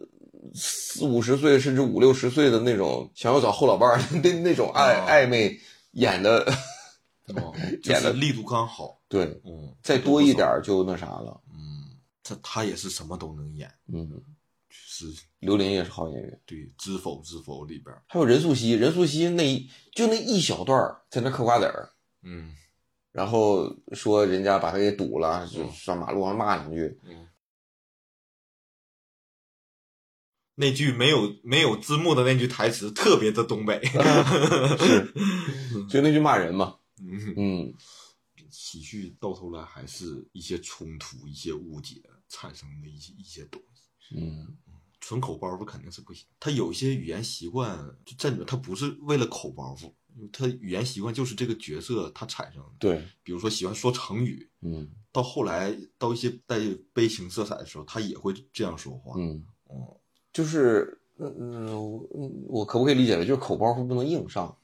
四五十岁甚至五六十岁的那种想要找后老伴儿的那 种暧哦暧昧演的， 哦，就演是得力度刚好，对，嗯，再多一点儿就那啥了。嗯，他他也是什么都能演，嗯，就是刘琳也是好演员。对《知否知否》里边儿，还有任素汐，任素汐那一就那一小段儿在那嗑瓜子儿，嗯然后说人家把他给堵了，就上马路上骂两句。嗯，那句没有没有字幕的那句台词特别的 东北，是，就那句骂人嘛。嗯，嗯，喜剧到头来还是一些冲突、一些误解产生的一些一些东西。嗯，纯口包袱肯定是不行。他有一些语言习惯就在里面，他不是为了口包袱，他语言习惯就是这个角色他产生的。对，比如说喜欢说成语，嗯到后来到一些带悲情色彩的时候，他也会这样说话。嗯，哦，就是嗯嗯，我嗯我可不可以理解为就是口包袱不能硬上，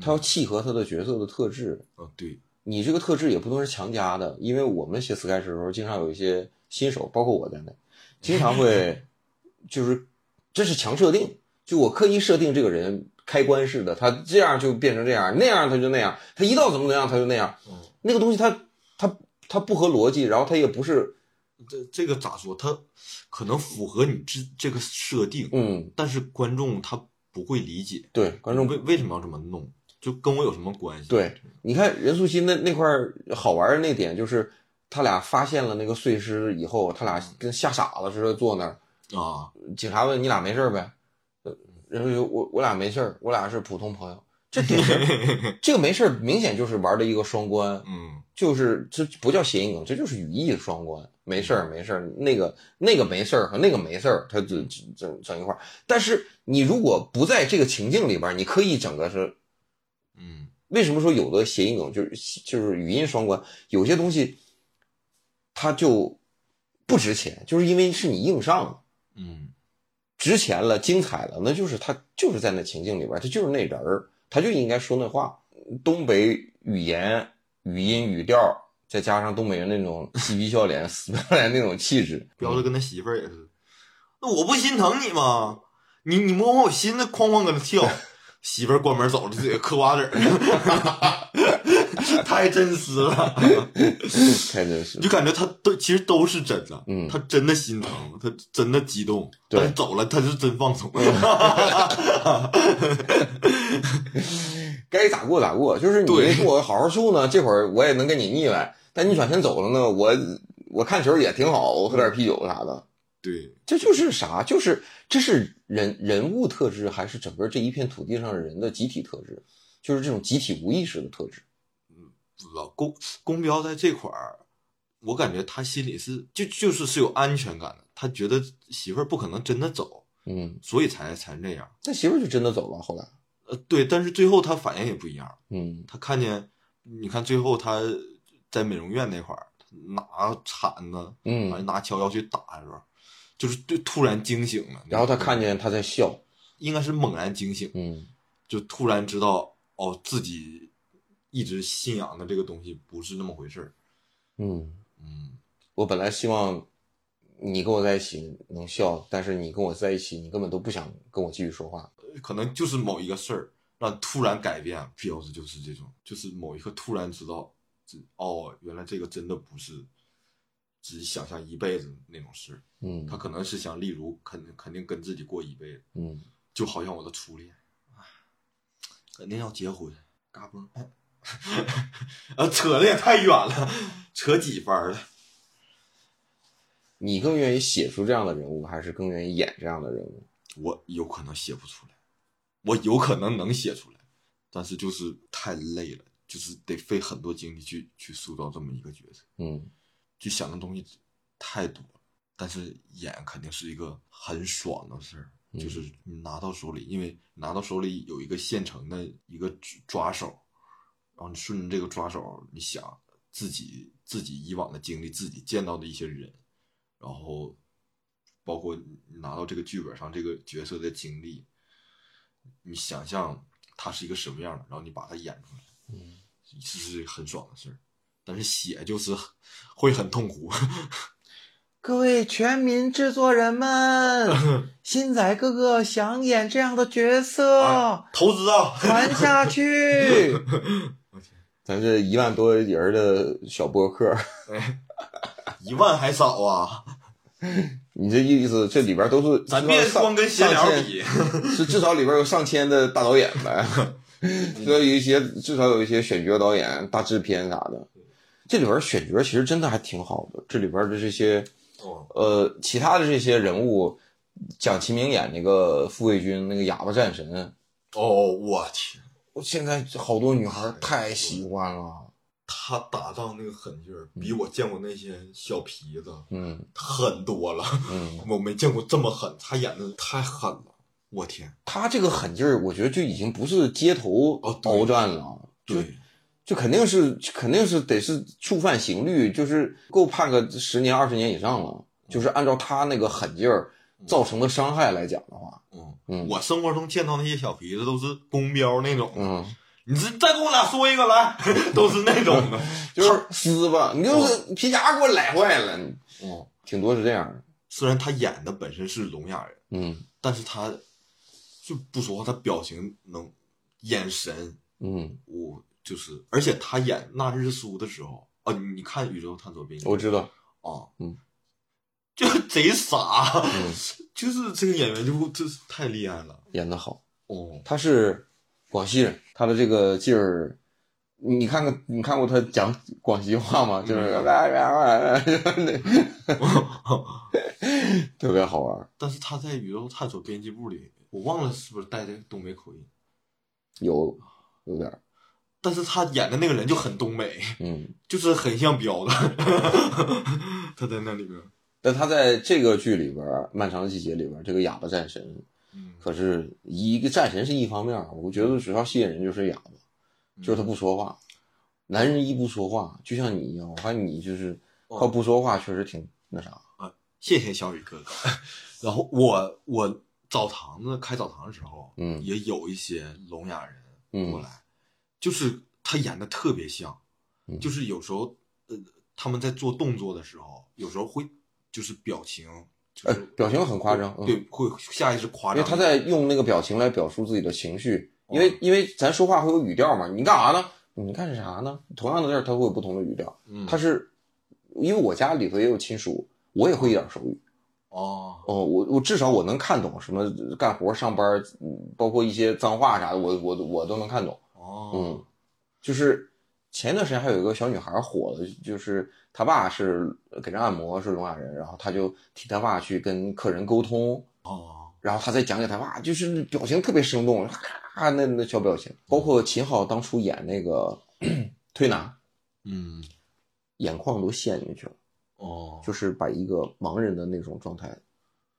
他要契合他的角色的特质。嗯、对，你这个特质也不能是强加的，因为我们写 sketch 的时候，经常有一些新手，包括我在内，经常会就是这是强设定，就我刻意设定这个人开关式的，他这样就变成这样，那样他就那样，他一到怎么怎么样他就那样，那个东西他他他不合逻辑，然后他也不是这这个咋说？它可能符合你这这个设定，嗯，但是观众他不会理解，对观众为为什么要这么弄？就跟我有什么关系？对，你看任素汐那那块儿好玩的那点就是，他俩发现了那个碎尸以后，他俩跟吓傻子似的坐那儿。啊，警察问你俩没事儿呗？呃，任素汐说我我俩没事儿，我俩是普通朋友。这典型，这个没事儿，明显就是玩的一个双关，嗯就是这不叫谐音梗，这就是语义的双关。没事儿，没事儿，那个那个没事儿和那个没事儿，它整整整一块儿。但是你如果不在这个情境里边儿，你刻意整个是嗯为什么说有的谐音梗就是就是语音双关，有些东西它就不值钱，就是因为是你硬上了，嗯值钱了，精彩了，那就是它就是在那情境里边，它就是那人儿，他就应该说那话。东北语言、语音、语调，再加上东北人那种嬉皮笑脸、 死不要脸那种气质，彪子跟他媳妇儿也是，那我不心疼你吗？你你摸摸我心，那哐哐搁那跳，媳妇儿关门走了，自己嗑瓜子儿， 太真实了，太真实你就。感觉他都其实都是真的，嗯他真的心疼，他真的激动，对但是走了他是真放松，嗯该咋过咋过，就是你对没跟我好好处呢，这会儿我也能跟你腻歪。但你转身走了呢，我我看球也挺好，我喝点啤酒啥的， 对，这就是啥？就是这是人人物特质，还是整个这一片土地上的人的集体特质？就是这种集体无意识的特质。不知道公公标在这块儿，我感觉他心里是就就是是有安全感的，他觉得媳妇儿不可能真的走，嗯，所以才才这样。但媳妇儿就真的走了，后来，呃，对，但是最后他反应也不一样，嗯，他看见，你看最后他在美容院那块儿拿铲子，嗯完拿锹要去打的时候，就是对突然惊醒了，然后他看见他在笑，应该是猛然惊醒，嗯，就突然知道哦自己一直信仰的这个东西不是那么回事儿，嗯，嗯。我本来希望你跟我在一起能笑，但是你跟我在一起，你根本都不想跟我继续说话。可能就是某一个事儿让你突然改变，标志就是这种，就是某一刻突然知道，这哦，原来这个真的不是只想象一辈子那种事儿，嗯他可能是想，例如肯定肯定跟自己过一辈子，嗯，就好像我的初恋，唉肯定要结婚，嘎嘣，哎 啊，扯的也太远了，扯几番儿了，你更愿意写出这样的人物，还是更愿意演这样的人物？我有可能写不出来，我有可能能写出来，但是就是太累了，就是得费很多精力去去塑造这么一个角色，嗯就想的东西太多了。但是演肯定是一个很爽的事儿，嗯就是你拿到手里，因为拿到手里有一个现成的一个抓手，然后你顺着这个抓手，你想自己自己以往的经历，自己见到的一些人，然后包括你拿到这个剧本上这个角色的经历，你想象他是一个什么样的，然后你把它演出来，嗯，是是很爽的事儿。但是写就是很会很痛苦，各位全民制作人 们，新仔哥哥想演这样的角色，投资啊！传下去。 咱这一万多人的小播客，一万还少啊！你这意思这里边都是咱别光跟闲聊比， 是至少里边有上千的大导演呗，嗯至少有一些至少有一些选角导演、大制片啥的。这里边选角其实真的还挺好的，这里边的这些哦呃其他的这些人物，蒋奇明演那个傅卫军那个哑巴战神，哦，我天，我现在好多女孩太喜欢了，他打造那个狠劲儿，比我见过那些小皮子嗯狠多了。嗯， 我没见过这么狠，他演的太狠了，我天！他这个狠劲儿，我觉得就已经不是街头哦对鏖战了。就，就肯定是肯定是得是触犯刑律，就是够判个十年二十年以上了。就是按照他那个狠劲儿造成的伤害来讲的话，嗯嗯我生活中见到那些小皮子都是公标那种，嗯，你这再跟我俩说一个来， 都是那种的，就是撕吧，你就是皮夹给我来坏了，哦，挺多是这样的。虽然他演的本身是聋哑人，嗯但是他就不说话，他表情能，眼神，嗯，我就是，而且他演那日苏的时候，啊，你你看《宇宙探索兵》我知道，啊，嗯， 就贼傻，嗯就是这个演员就就是太厉害了，演得好。哦，他是广西人，他的这个劲儿，你看看，你看过他讲广西话吗？就是嗯 特别好玩。但是他在《宇宙探索编辑部》里，我忘了是不是带着东北口音，有有点儿，但是他演的那个人就很东北， 嗯。就是很像彪子， 他在那里边，但他在这个剧里边儿，《漫长的季节》里边儿，这个哑巴战神，嗯，可是一个战神是一方面儿，啊我觉得主要吸引人就是哑巴，嗯就是他不说话。男人一不说话，就像你一样，我看你就是哦靠不说话，确实挺那啥。谢谢小雨哥哥。 然后我我澡堂子开澡堂的时候，嗯也有一些聋哑人嗯过来，就是他演的特别像，嗯就是有时候呃他们在做动作的时候，有时候会就是表情，就呃是、，表情很夸张，嗯对，会下意识夸因为张一下，他在用那个表情来表述自己的情绪，因哦为因为咱说话会有语调嘛，你干啥呢？你干啥呢？同样的字儿，他会有不同的语调。嗯他是因为我家里头也有亲属，我也会一点手语。哦，哦，我我至少我能看懂什么干活、上班，嗯包括一些脏话啥的，我我我都能看懂。哦，嗯，就是前一段时间还有一个小女孩火的，就是她爸是给人按摩，是聋哑人，然后她就替她爸去跟客人沟通，哦，然后他再讲解他哇，就是表情特别生动，咔那那小表情，包括秦昊当初演那个 推拿，嗯，眼眶都陷进去了，哦，就是把一个盲人的那种状态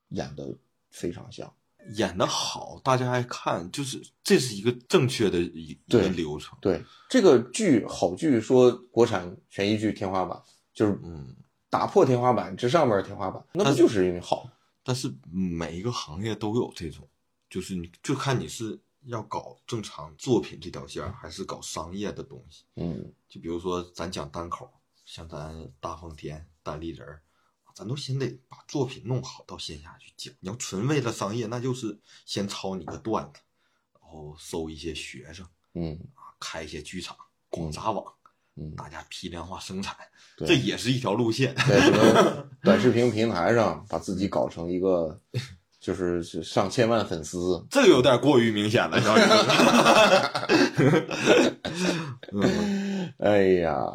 演的非常像。演的好，大家爱看，就是这是一个正确的一一个对流程，对这个剧好剧，说国产悬疑剧天花板就是嗯。打破天花板，这上面天花板，那不就是因为好？但是每一个行业都有这种，就是你就看你是要搞正常作品这条线儿，还是搞商业的东西。嗯，就比如说咱讲单口，像咱大风天、单立人儿，咱都先得把作品弄好到线下去讲。你要纯为了商业，那就是先抄你个段子，然后收一些学生嗯啊，开一些剧场、广撒网，嗯，大家批量化生产，对这也是一条路线。在什么短视频平台上把自己搞成一个，就是是上千万粉丝，这个有点过于明显了，小雨 哥。嗯，哎呀，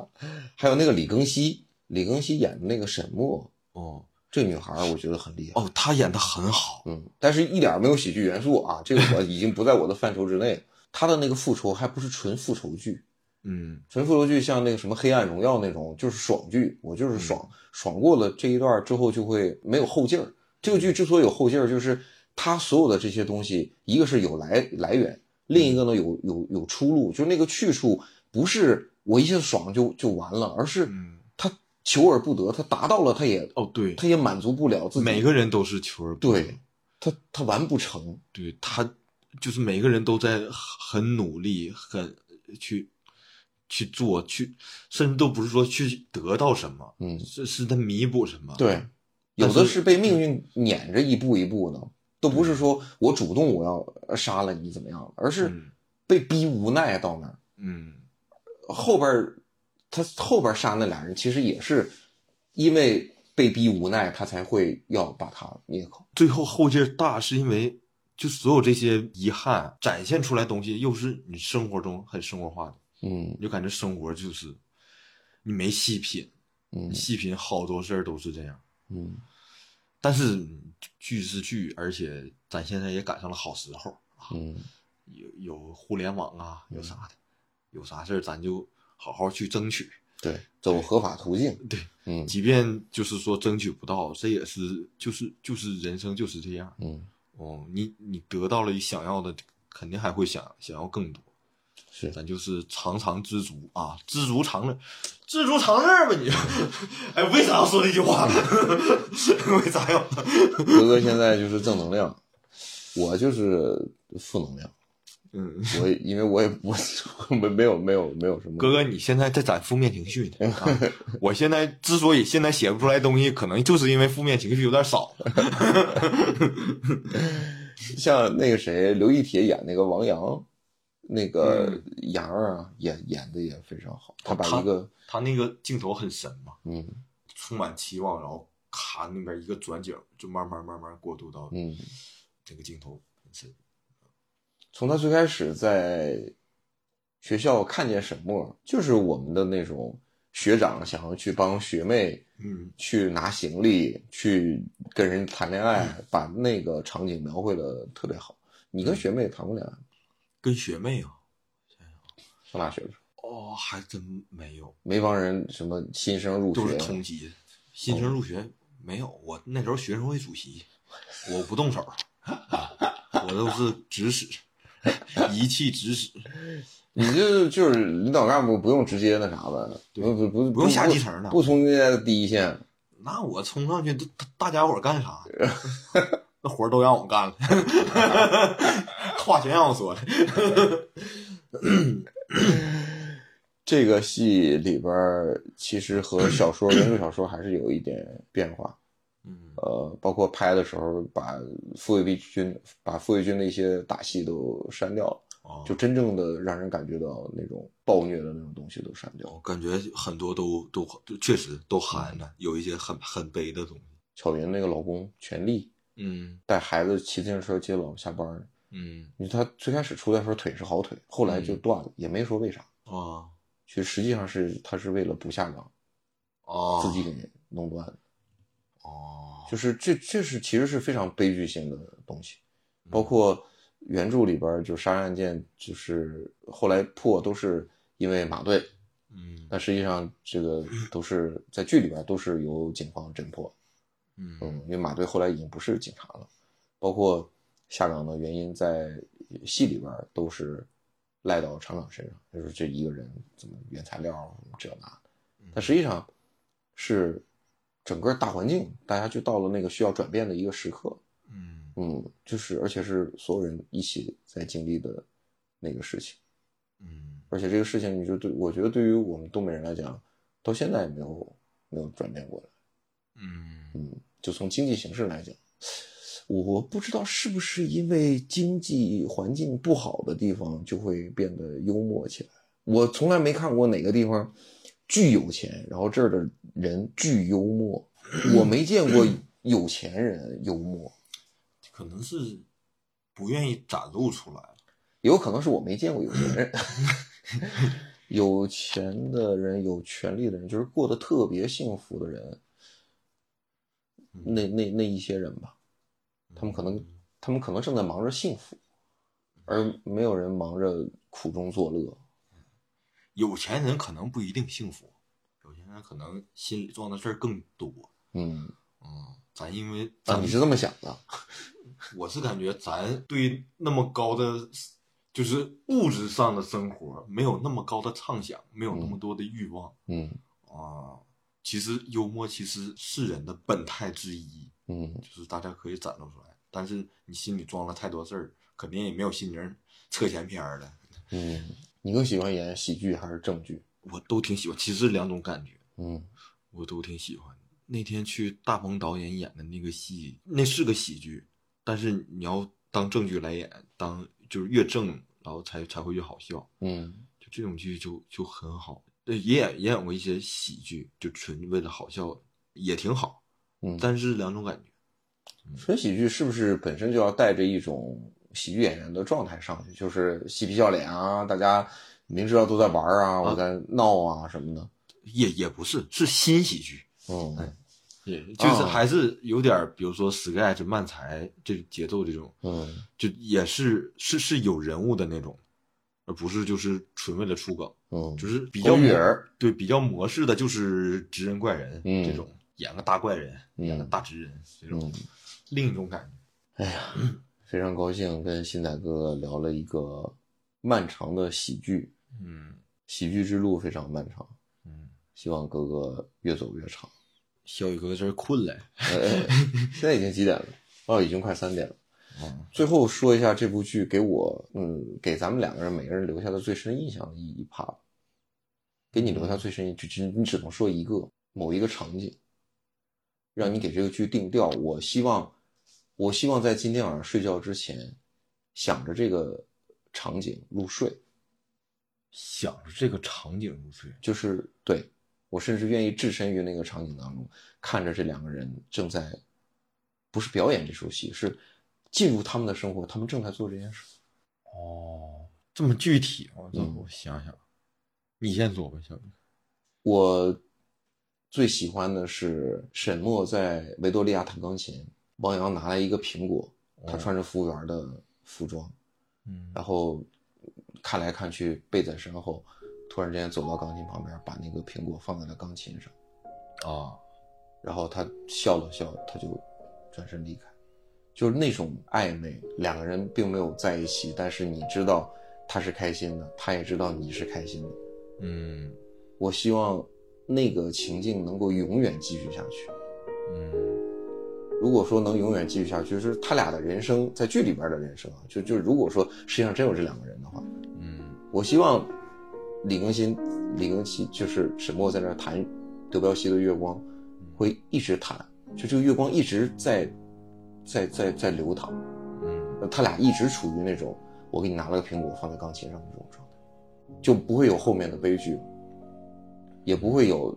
还有那个李庚希，李庚希演的那个沈墨，哦这女孩儿我觉得很厉害。哦，他演的很好，嗯，但是一点儿没有喜剧元素啊，这个我已经不在我的范畴之内了。她的那个复仇还不是纯复仇剧，嗯纯复仇剧像那个什么《黑暗荣耀》那种，就是爽剧，我就是爽，嗯爽过了这一段之后就会没有后劲儿。这个剧之所以有后劲儿，就是它所有的这些东西，一个是有来来源，另一个呢嗯有有有出路，就是那个去处不是我一下爽就就完了，而是嗯，他求而不得，他达到了，他也哦对，他也满足不了自己。每个人都是求而不得对，他他完不成，对他就是每个人都在很努力，很去去做，去甚至都不是说去得到什么，嗯是是在弥补什么，对，有的是被命运撵着一步一步的，都不是说我主动我要呃杀了你怎么样，而是嗯被逼无奈到那儿。嗯后边儿他后边儿杀那俩人，其实也是因为被逼无奈，他才会要把他灭口。最后后劲儿大，是因为就所有这些遗憾展现出来的东西，又是你生活中很生活化的，嗯你就感觉生活就是你没细品，嗯细品好多事儿都是这样。嗯，但是剧是剧，而且咱现在也赶上了好时候，嗯，有有互联网啊，有啥的，有啥事儿咱就好好去争取。对，走合法途径。对，嗯即便就是说争取不到，这也是就是就是人生就是这样。嗯，哦，你你得到了你想要的，肯定还会想想要更多。是咱就是常常知足啊，知足常乐，知足常乐吧你。 哎，为啥要说这句话？ 为啥要？哥哥现在就是正能量，我就是负能量。嗯，我因为我也我 我没没有没有没有什么 哥哥，你现在在攒负面情绪呢。啊、我现在之所以现在写不出来东西，可能就是因为负面情绪有点少。像那个谁刘亦铁演那个王阳，那个杨儿啊，演演的也非常好。他把嗯哦他一个他那个镜头很神嘛，嗯充满期望，然后咔那边一个转景，就慢慢慢慢过渡到嗯，这个镜头很神。从他最开始在学校看见沈墨，就是我们的那种学长想要去帮学妹嗯去拿行李，去跟人谈恋爱，嗯把那个场景描绘的特别好。你跟学妹谈过恋爱吗？跟学妹啊，上大学的时候，哦，还真没有，没帮人什么新生入都学啊是，同级，新生入学没有。我那时候学生会主席，我不动手，啊我都是指使，一气指使，你就就是领导干部不用直接那啥的，对不不不不用下基层的不冲进在第一线。那我冲上去，都大大家伙儿干啥？那活儿都让我干了， 话全让我说了。这个戏里边儿其实和小说原著小说还是有一点变化，嗯呃，包括拍的时候把傅卫军把傅卫军的一些打戏都删掉了。啊，就真正的让人感觉到那种暴虐的那种东西都删掉了。我感觉很多都都都确实都含了，有一些很很悲的东西。巧云那个老公全力嗯带孩子骑自行车接老婆下班儿，嗯你说他最开始出来的时候腿是好腿，后来就断了，也没说为啥。啊其实实际上是他是为了不下岗，啊，自己给弄断的。哦，就是这这是其实是非常悲剧性的东西，包嗯括原著里边儿就杀人案件，就是后来破都是因为马队，嗯但实际上这个都是在剧里边儿都是由警方侦破。嗯嗯，因为马队后来已经不是警察了，包括下岗的原因，在戏里边儿都是赖到厂长身上，就是这一个人怎么原材料什么这那的，但实际上是整个大环境，大家就到了那个需要转变的一个时刻，嗯嗯，就是而且是所有人一起在经历的那个事情，嗯而且这个事情，你就对我觉得对于我们东北人来讲，到现在也没有没有转变过来。嗯嗯，就从经济形势来讲，我不知道是不是因为经济环境不好的地方就会变得幽默起来。我从来没看过哪个地方巨有钱，然后这儿的人巨幽默。我没见过有钱人幽默，可能是不愿意展露出来了。也有可能是我没见过有钱人。 有钱的人、有权利的人，就是过得特别幸福的人，那那那一些人吧。他们可能他们可能正在忙着幸福，而没有人忙着苦中作乐。有钱人可能不一定幸福，有钱人可能心里装的事儿更多。嗯，嗯，咱因为啊，咱你是这么想的？我是感觉咱对那么高的，就是物质上的生活没有那么高的畅想，没有那么多的欲望嗯啊。其实幽默其实是人的本态之一，嗯就是大家可以展露出来，但是你心里装了太多事儿，肯定也没有心情儿扯闲篇儿了。嗯，你更喜欢演喜剧还是正剧？我都挺喜欢，其实两种感觉嗯我都挺喜欢的。那天去大鹏导演演的那个戏，那是个喜剧，但是你要当正剧来演，当就是越正，然后才才会越好笑。嗯就这种剧就就很好。对，也演也演过一些喜剧，就纯为了好笑，也挺好。嗯，但是两种感觉，纯喜剧是不是本身就要带着一种喜剧演员的状态上去，就是嬉皮笑脸啊，大家明知道都在玩儿啊，我在闹啊什么的。也也不是是新喜剧，嗯也就是哦还是有点儿，比如说 sketch 慢才这节奏这种，嗯就也是是是有人物的那种，而不是就是纯为了出梗。嗯，就是比较狗女模儿，对比较模式的就是职人怪人、嗯这种，演个大怪人，嗯演个大职人这种，嗯另一种感觉。非常高兴跟新仔哥聊了一个漫长的喜剧。嗯喜剧之路非常漫长，嗯，希望哥哥越走越长。哎小宇哥在这儿困了，现在已经几点了？哦，已经快三点了。最后说一下这部剧给我，嗯，给咱们两个人每个人留下的最深印象的一一 part，给你留下最深印，就只你只能说一个某一个场景，让你给这个剧定调。我希望，我希望在今天晚上睡觉之前，想着这个场景入睡，想着这个场景入睡，就是对我甚至愿意置身于那个场景当中，看着这两个人正在，不是表演这出戏，是进入他们的生活，他们正在做这件事。哦，这么具体吗？这嗯我想想，你先说吧，小明。我最喜欢的是沈墨在《维多利亚弹钢琴》，汪洋拿来一个苹果，他哦穿着服务员的服装，嗯然后看来看去背在身后，突然之间走到钢琴旁边，把那个苹果放在了钢琴上，啊，然后他笑了笑，他就转身离开，就是那种暧昧，两个人并没有在一起，但是你知道他是开心的，他也知道你是开心的。嗯我希望那个情境能够永远继续下去。嗯如果说能永远继续下去，就是他俩的人生在剧里边的人生啊，就就如果说世界上真有这两个人的话，嗯我希望李庚希、李庚希就是沈墨在那儿弹德彪西的《月光》，会一直弹，就这个月光一直在在在在流淌，嗯他俩一直处于那种我给你拿了个苹果放在钢琴上的这种状态，就不会有后面的悲剧，也不会有，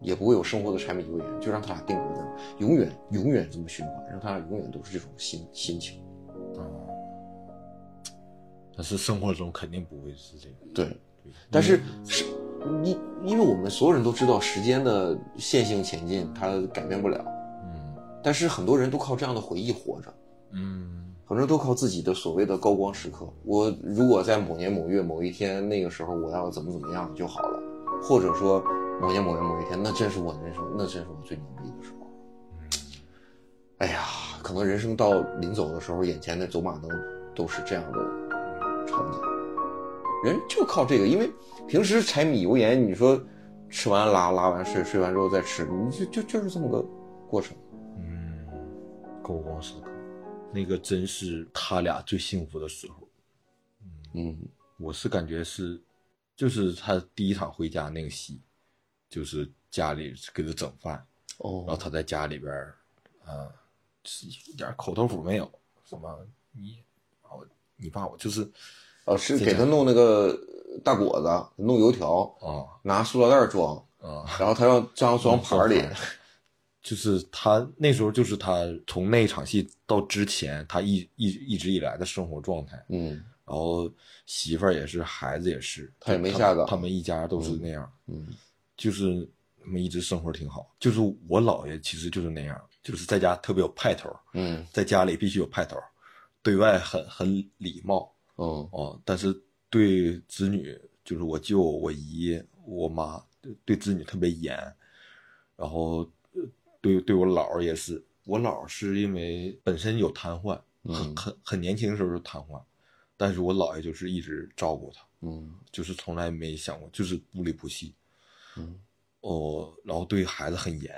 也不会有生活的柴米油盐，就让他俩定格在那儿，永远永远这么循环，让他俩永远都是这种心心情。啊，但是生活中肯定不会是这个，对，对但是是，因因为我们所有人都知道时间的线性前进，它改变不了，嗯但是很多人都靠这样的回忆活着。嗯很多人都靠自己的所谓的高光时刻。我如果在某年某月某一天那个时候我要怎么怎么样就好了，或者说某年某月某一天，那真是我的人生，那真是我最牛逼的时候。哎呀，可能人生到临走的时候，眼前的走马灯都是这样的场景。人就靠这个，因为平时柴米油盐，你说吃完拉拉完睡，睡完之后再吃，你就就就是这么个过程。嗯，高光时刻，那个真是他俩最幸福的时候。嗯，我是感觉是，就是他第一场回家那个戏，就是家里给他整饭，哦然后他在家里边儿，啊，是一点口头辅没有，什么你把我你爸我就是哦，是这给家他弄那个大果子，弄油条，啊拿塑料袋装，啊，然后他让装嗯装盘儿里。就是他那时候就是他从那场戏到之前，他一一一直以来的生活状态，嗯然后媳妇儿也是，孩子也是，他也没下岗他们一家都是那样，嗯就是他们一直生活挺好。就是我姥爷其实就是那样，就是在家特别有派头，嗯在家里必须有派头，对外很很礼貌嗯哦，但是对子女，就是我舅、我姨、我妈，对对子女特别严，然后呃对对我姥儿也是，我姥儿是因为本身有瘫痪，很嗯很很年轻的时候就瘫痪，但是我姥爷就是一直照顾她，嗯就是从来没想过，就是不离不弃。嗯哦，然后对孩子很严，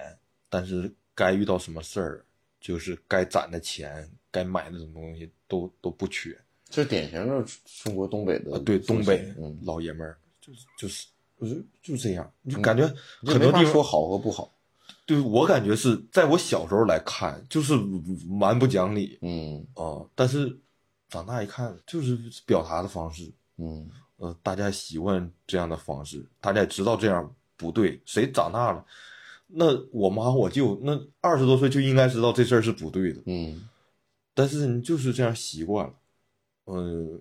但是该遇到什么事儿，就是该攒的钱、该买的什么东西都都不缺。这典型的中国东北的啊，对，东北嗯，老爷们儿就是就是就是就这样，你就嗯感觉你很没多法地说方，好和不好。对我感觉是在我小时候来看，就是蛮不讲理嗯啊，但是长大一看，就是表达的方式，嗯呃，大家习惯这样的方式，大家也知道这样不对。谁长大了，那我妈我舅那二十多岁就应该知道这事儿是不对的，嗯，但是你就是这样习惯了。嗯，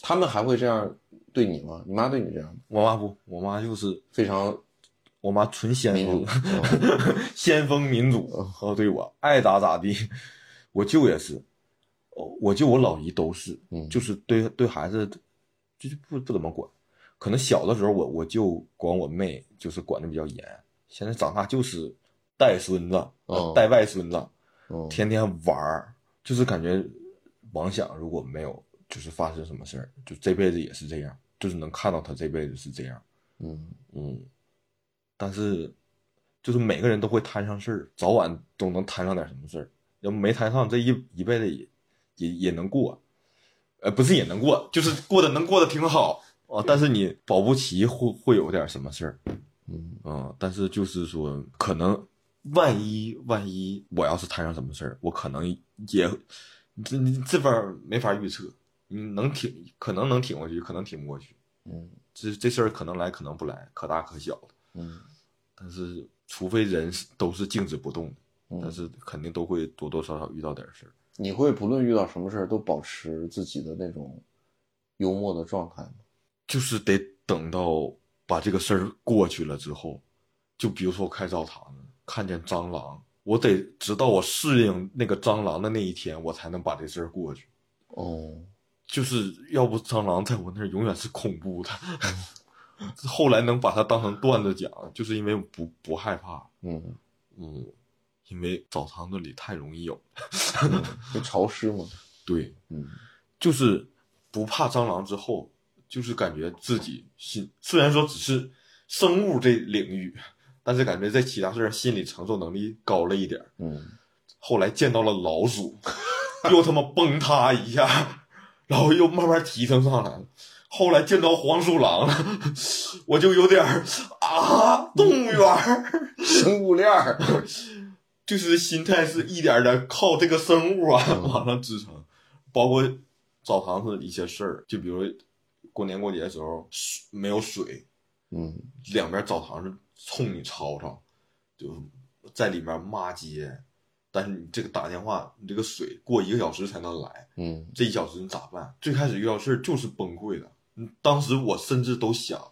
他们还会这样对你吗？你妈对你这样吗？我妈不，我妈就是非常我妈纯先民锋主，嗯 先锋民主，哦，对我爱咋咋地。我舅也是，哦，我舅我老姨都是，嗯 就是对对孩子，就是不不怎么管。可能小的时候我我舅管我妹就是管的比较严，现在长大就是带孙子、哦带外孙子，嗯天天玩儿，就是感觉王想如果没有就是发生什么事儿，就这辈子也是这样，就是能看到他这辈子是这样。嗯嗯，但是就是每个人都会摊上事儿，早晚都能摊上点什么事儿。要没谈上这一一辈子也也也能过，呃，不是也能过，就是过得能过得挺好啊。但是你保不齐会会有点什么事儿，嗯嗯，但是就是说，可能万一万一我要是摊上什么事儿，我可能也这这边儿没法预测，你能挺可能能挺过去，可能挺不过去，嗯这这事儿可能来可能不来，可大可小的。嗯但是除非人是都是静止不动的，但嗯，是肯定都会多多少少遇到点事儿。你会不论遇到什么事儿都保持自己的那种幽默的状态吗？就是得等到把这个事儿过去了之后，就比如说我开澡堂子，看见蟑螂，我得直到我适应那个蟑螂的那一天，我才能把这事儿过去。哦，就是要不蟑螂在我那儿永远是恐怖的， 后来能把它当成段子讲，就是因为不不害怕，嗯，嗯，因为澡堂子里太容易有。就潮湿嘛，对，嗯就是不怕蟑螂之后，就是感觉自己心虽然说只是生物这领域，但是感觉在其他事儿心理承受能力高了一点儿。嗯，后来见到了老鼠， 又他妈崩塌一下，然后又慢慢提升上来了。后来见到黄鼠狼了， 我就有点儿啊，动物园儿生物链儿， 就是心态是一点儿点儿靠这个生物啊往上支撑，包括澡堂子的一些事儿，就比如过年过节的时候水没有水，嗯两边澡堂是冲你吵吵，就在里面骂街，但是你这个打电话，你这个水过一个小时才能来，嗯这一小时你咋办？最开始遇到事儿就是崩溃的，嗯当时我甚至都想，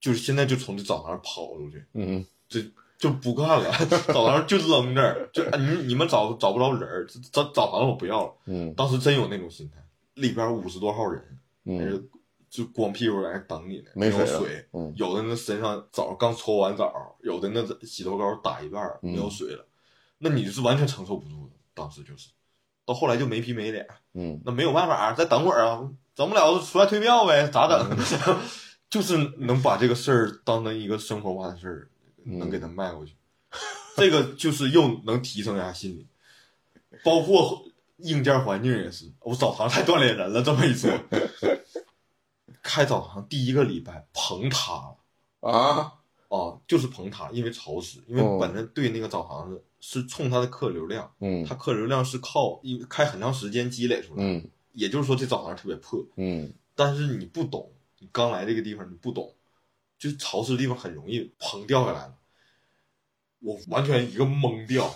就是现在就从这澡堂跑出去。嗯这就不干了， 澡堂就扔这儿，就啊你你们找找不着人儿，澡澡堂我不要了。嗯当时真有那种心态，里边五十多号人，嗯，就光屁股在那等你呢，没有水了水，嗯有的那身上澡上刚搓完澡，有的那洗头膏打一半儿嗯没有水了，那你是完全承受不住的，当时就是，到后来就没皮没脸，嗯那没有办法，再等会儿啊，整不了出来退票呗，咋整？嗯 就是能把这个事儿当成一个生活化的事儿，嗯能给它迈过去， 这个就是又能提升一下心理，包括硬件环境也是，我澡堂太锻炼人了，这么一 说，开澡堂第一个礼拜棚塌了。啊，啊，就是棚塌，因为潮湿，因为哦本身对那个澡堂子是冲它的客流量，嗯它客流量是靠因为开很长时间积累出来的，嗯也就是说这澡堂特别破，嗯但是你不懂，你刚来这个地方你不懂，就是潮湿的地方很容易棚掉下来了。我完全一个懵掉，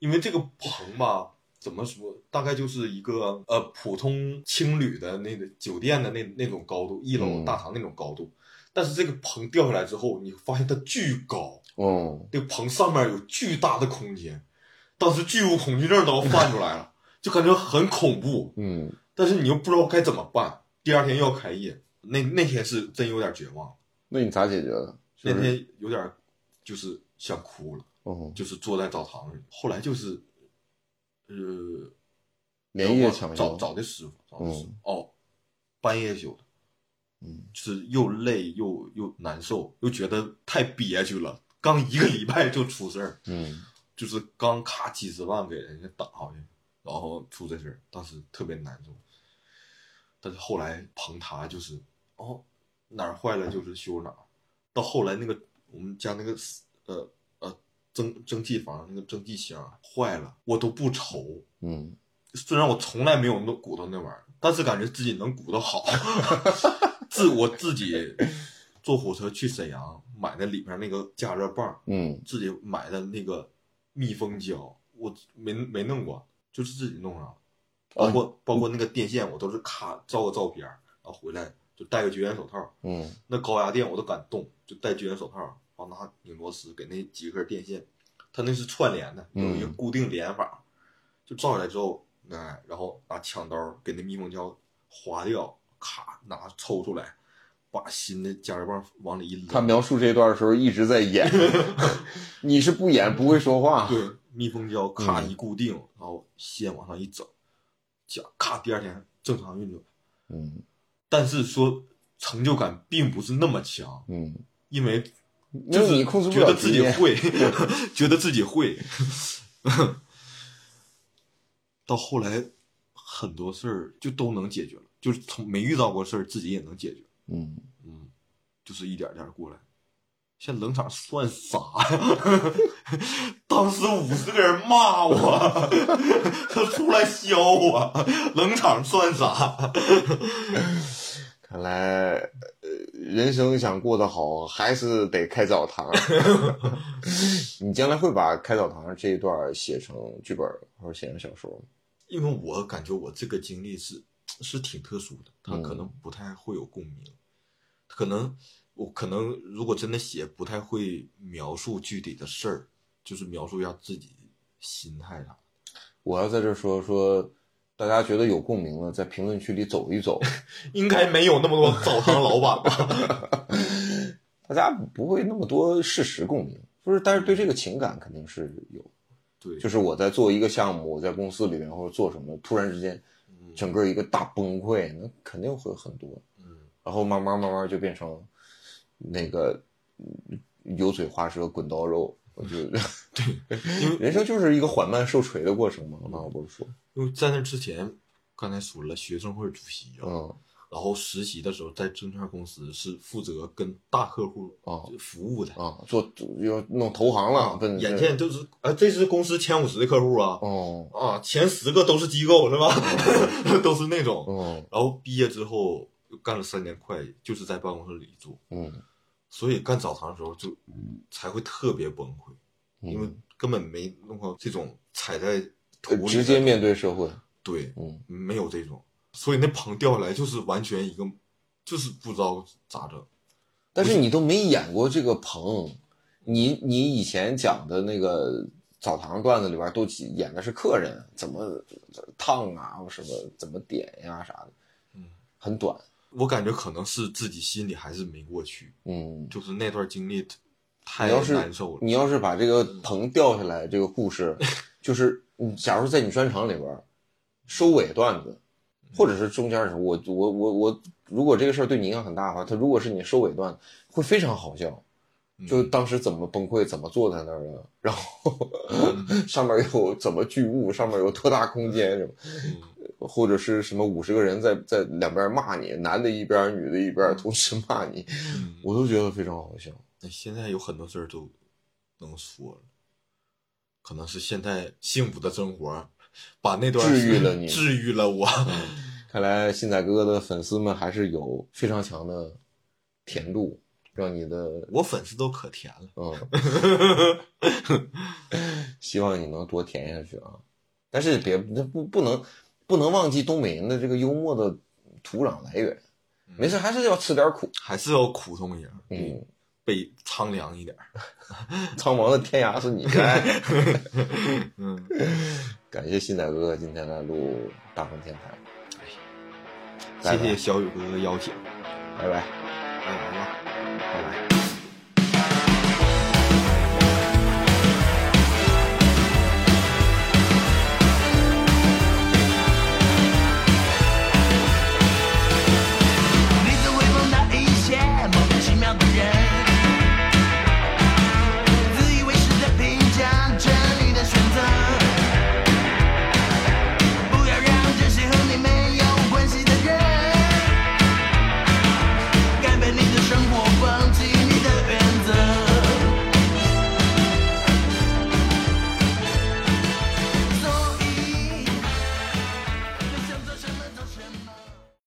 因为这个棚吧，怎么说，大概就是一个呃普通青旅的那个酒店的那那种高度，一楼嗯大堂那种高度。但是这个棚掉下来之后，你发现它巨高，哦，那个棚上面有巨大的空间，当时巨物恐惧症都要犯出来了，就感觉很恐怖。嗯但是你又不知道该怎么办。第二天又要开业，那那天是真有点绝望，那你咋解决的？那就是天有点就是想哭了，哦，就是坐在澡堂里。后来就是，呃，连夜抢找修，找的师傅，找的师傅嗯哦，半夜修的，嗯就是又累又又难受，又觉得太憋屈了。刚一个礼拜就出事儿，嗯就是刚咔几十万给人家打回去，然后出这事儿，当时特别难受。但是后来棚塌就是，哦，哪儿坏了就是修哪儿。到后来那个我们家那个呃呃蒸蒸汽房那个蒸汽箱坏了，我都不愁。嗯虽然我从来没有弄鼓捣那玩意儿，但是感觉自己能鼓捣好。 自我自己坐火车去沈阳买的里面那个加热棒，嗯自己买的那个密封胶，我没没弄过，就是自己弄上了，包括、包括那个电线，我都是咔照个照片儿，然后回来就戴个绝缘手套，嗯那高压电我都敢动，就戴绝缘手套，然后拿拧螺丝给那几根电线，它那是串联的，有一个嗯固定连法，就照下来之后，哎，然后拿抢刀给那密封胶划掉，咔拿抽出来，把新的加热棒往里一他扔，描述这段的时候一直在演，你是不演不会说话，对，密封胶咔啊嗯一固定，然后线往上一整，加咔第二天正常运转。嗯但是说成就感并不是那么强，嗯，因为那就是你控制不 觉了得自己局面会，觉得自己会，到后来很多事儿就都能解决了，就是从没遇到过事儿自己也能解决，嗯，嗯，就是一点儿点儿过来。现在冷场算啥呀？ 当时五十个人骂我， 他出来削我，冷场算啥？看来，呃，人生想过得好，还是得开澡堂。啊 你将来会把开澡堂这一段写成剧本或者写成小说吗？ 因为我感觉我这个经历是是挺特殊的，他嗯可能不太会有共鸣，可能我可能如果真的写，不太会描述具体的事儿，就是描述一下自己心态啥。我要在这儿说说，大家觉得有共鸣了，在评论区里走一走，应该没有那么多澡堂老板吧？ 大家不会那么多事实共鸣，就是但是对这个情感肯定是有。 对，就是我在做一个项目，我在公司里面或者做什么，突然之间，整个一个大崩溃，那肯定会很多。嗯，然后慢慢慢慢就变成那个嗯油嘴滑舌、滚刀肉。我 就对， 人生就是一个缓慢受锤的过程嘛。刚刚不是说，因为在那之前，刚才说了学生会主席啊，嗯，然后实习的时候在证券公司是负责跟大客户哦服务的。啊，做要弄投行了，奔眼见就是，啊，这是公司前五十的客户啊，哦啊，前十个都是机构是吧？ 都是那种。哦然后毕业之后又干了三年会计，就是在办公室里做，嗯所以干澡堂的时候就才会特别崩溃，嗯因为根本没弄好这种踩在土呃里的直接面对社会，对，嗯没有这种，所以那棚掉下来就是完全一个，就是不知道咋整。但是你都没演过这个棚，你你以前讲的那个澡堂段子里边都演的是客人怎么烫啊，什么怎么点呀、啥的，嗯，很短，我感觉可能是自己心里还是没过去，嗯。就是那段经历太你要是难受了。你要是把这个棚掉下来，这个故事，就是你假如在你专场里边儿收尾段子，或者是中间的时候，我我我我，如果这个事儿对你影响很大的话，它如果是你收尾段，会非常好笑。嗯就当时怎么崩溃，怎么坐在那儿的，然后嗯 上面有怎么巨物，上面有多大空间什么，嗯或者是什么五十个人在在两边骂你，男的一边，女的一边，同时骂你，嗯我都觉得非常好笑。那现在有很多事儿都能说了，可能是现在幸福的生活把那段治愈了你嗯治愈了我。看来新仔哥哥的粉丝们还是有非常强的甜度，让你的 我粉丝都可甜了，嗯， 希望你能多甜下去啊！但是别那不不能不能忘记东北人的这个幽默的土壤来源，没事还是要吃点苦。还是要苦痛一点，嗯，被苍凉一点。苍茫的天涯是你的。 感谢新仔哥哥今天来录大风天台，拜拜谢谢小雨哥哥邀请，拜拜，拜拜吧。拜拜。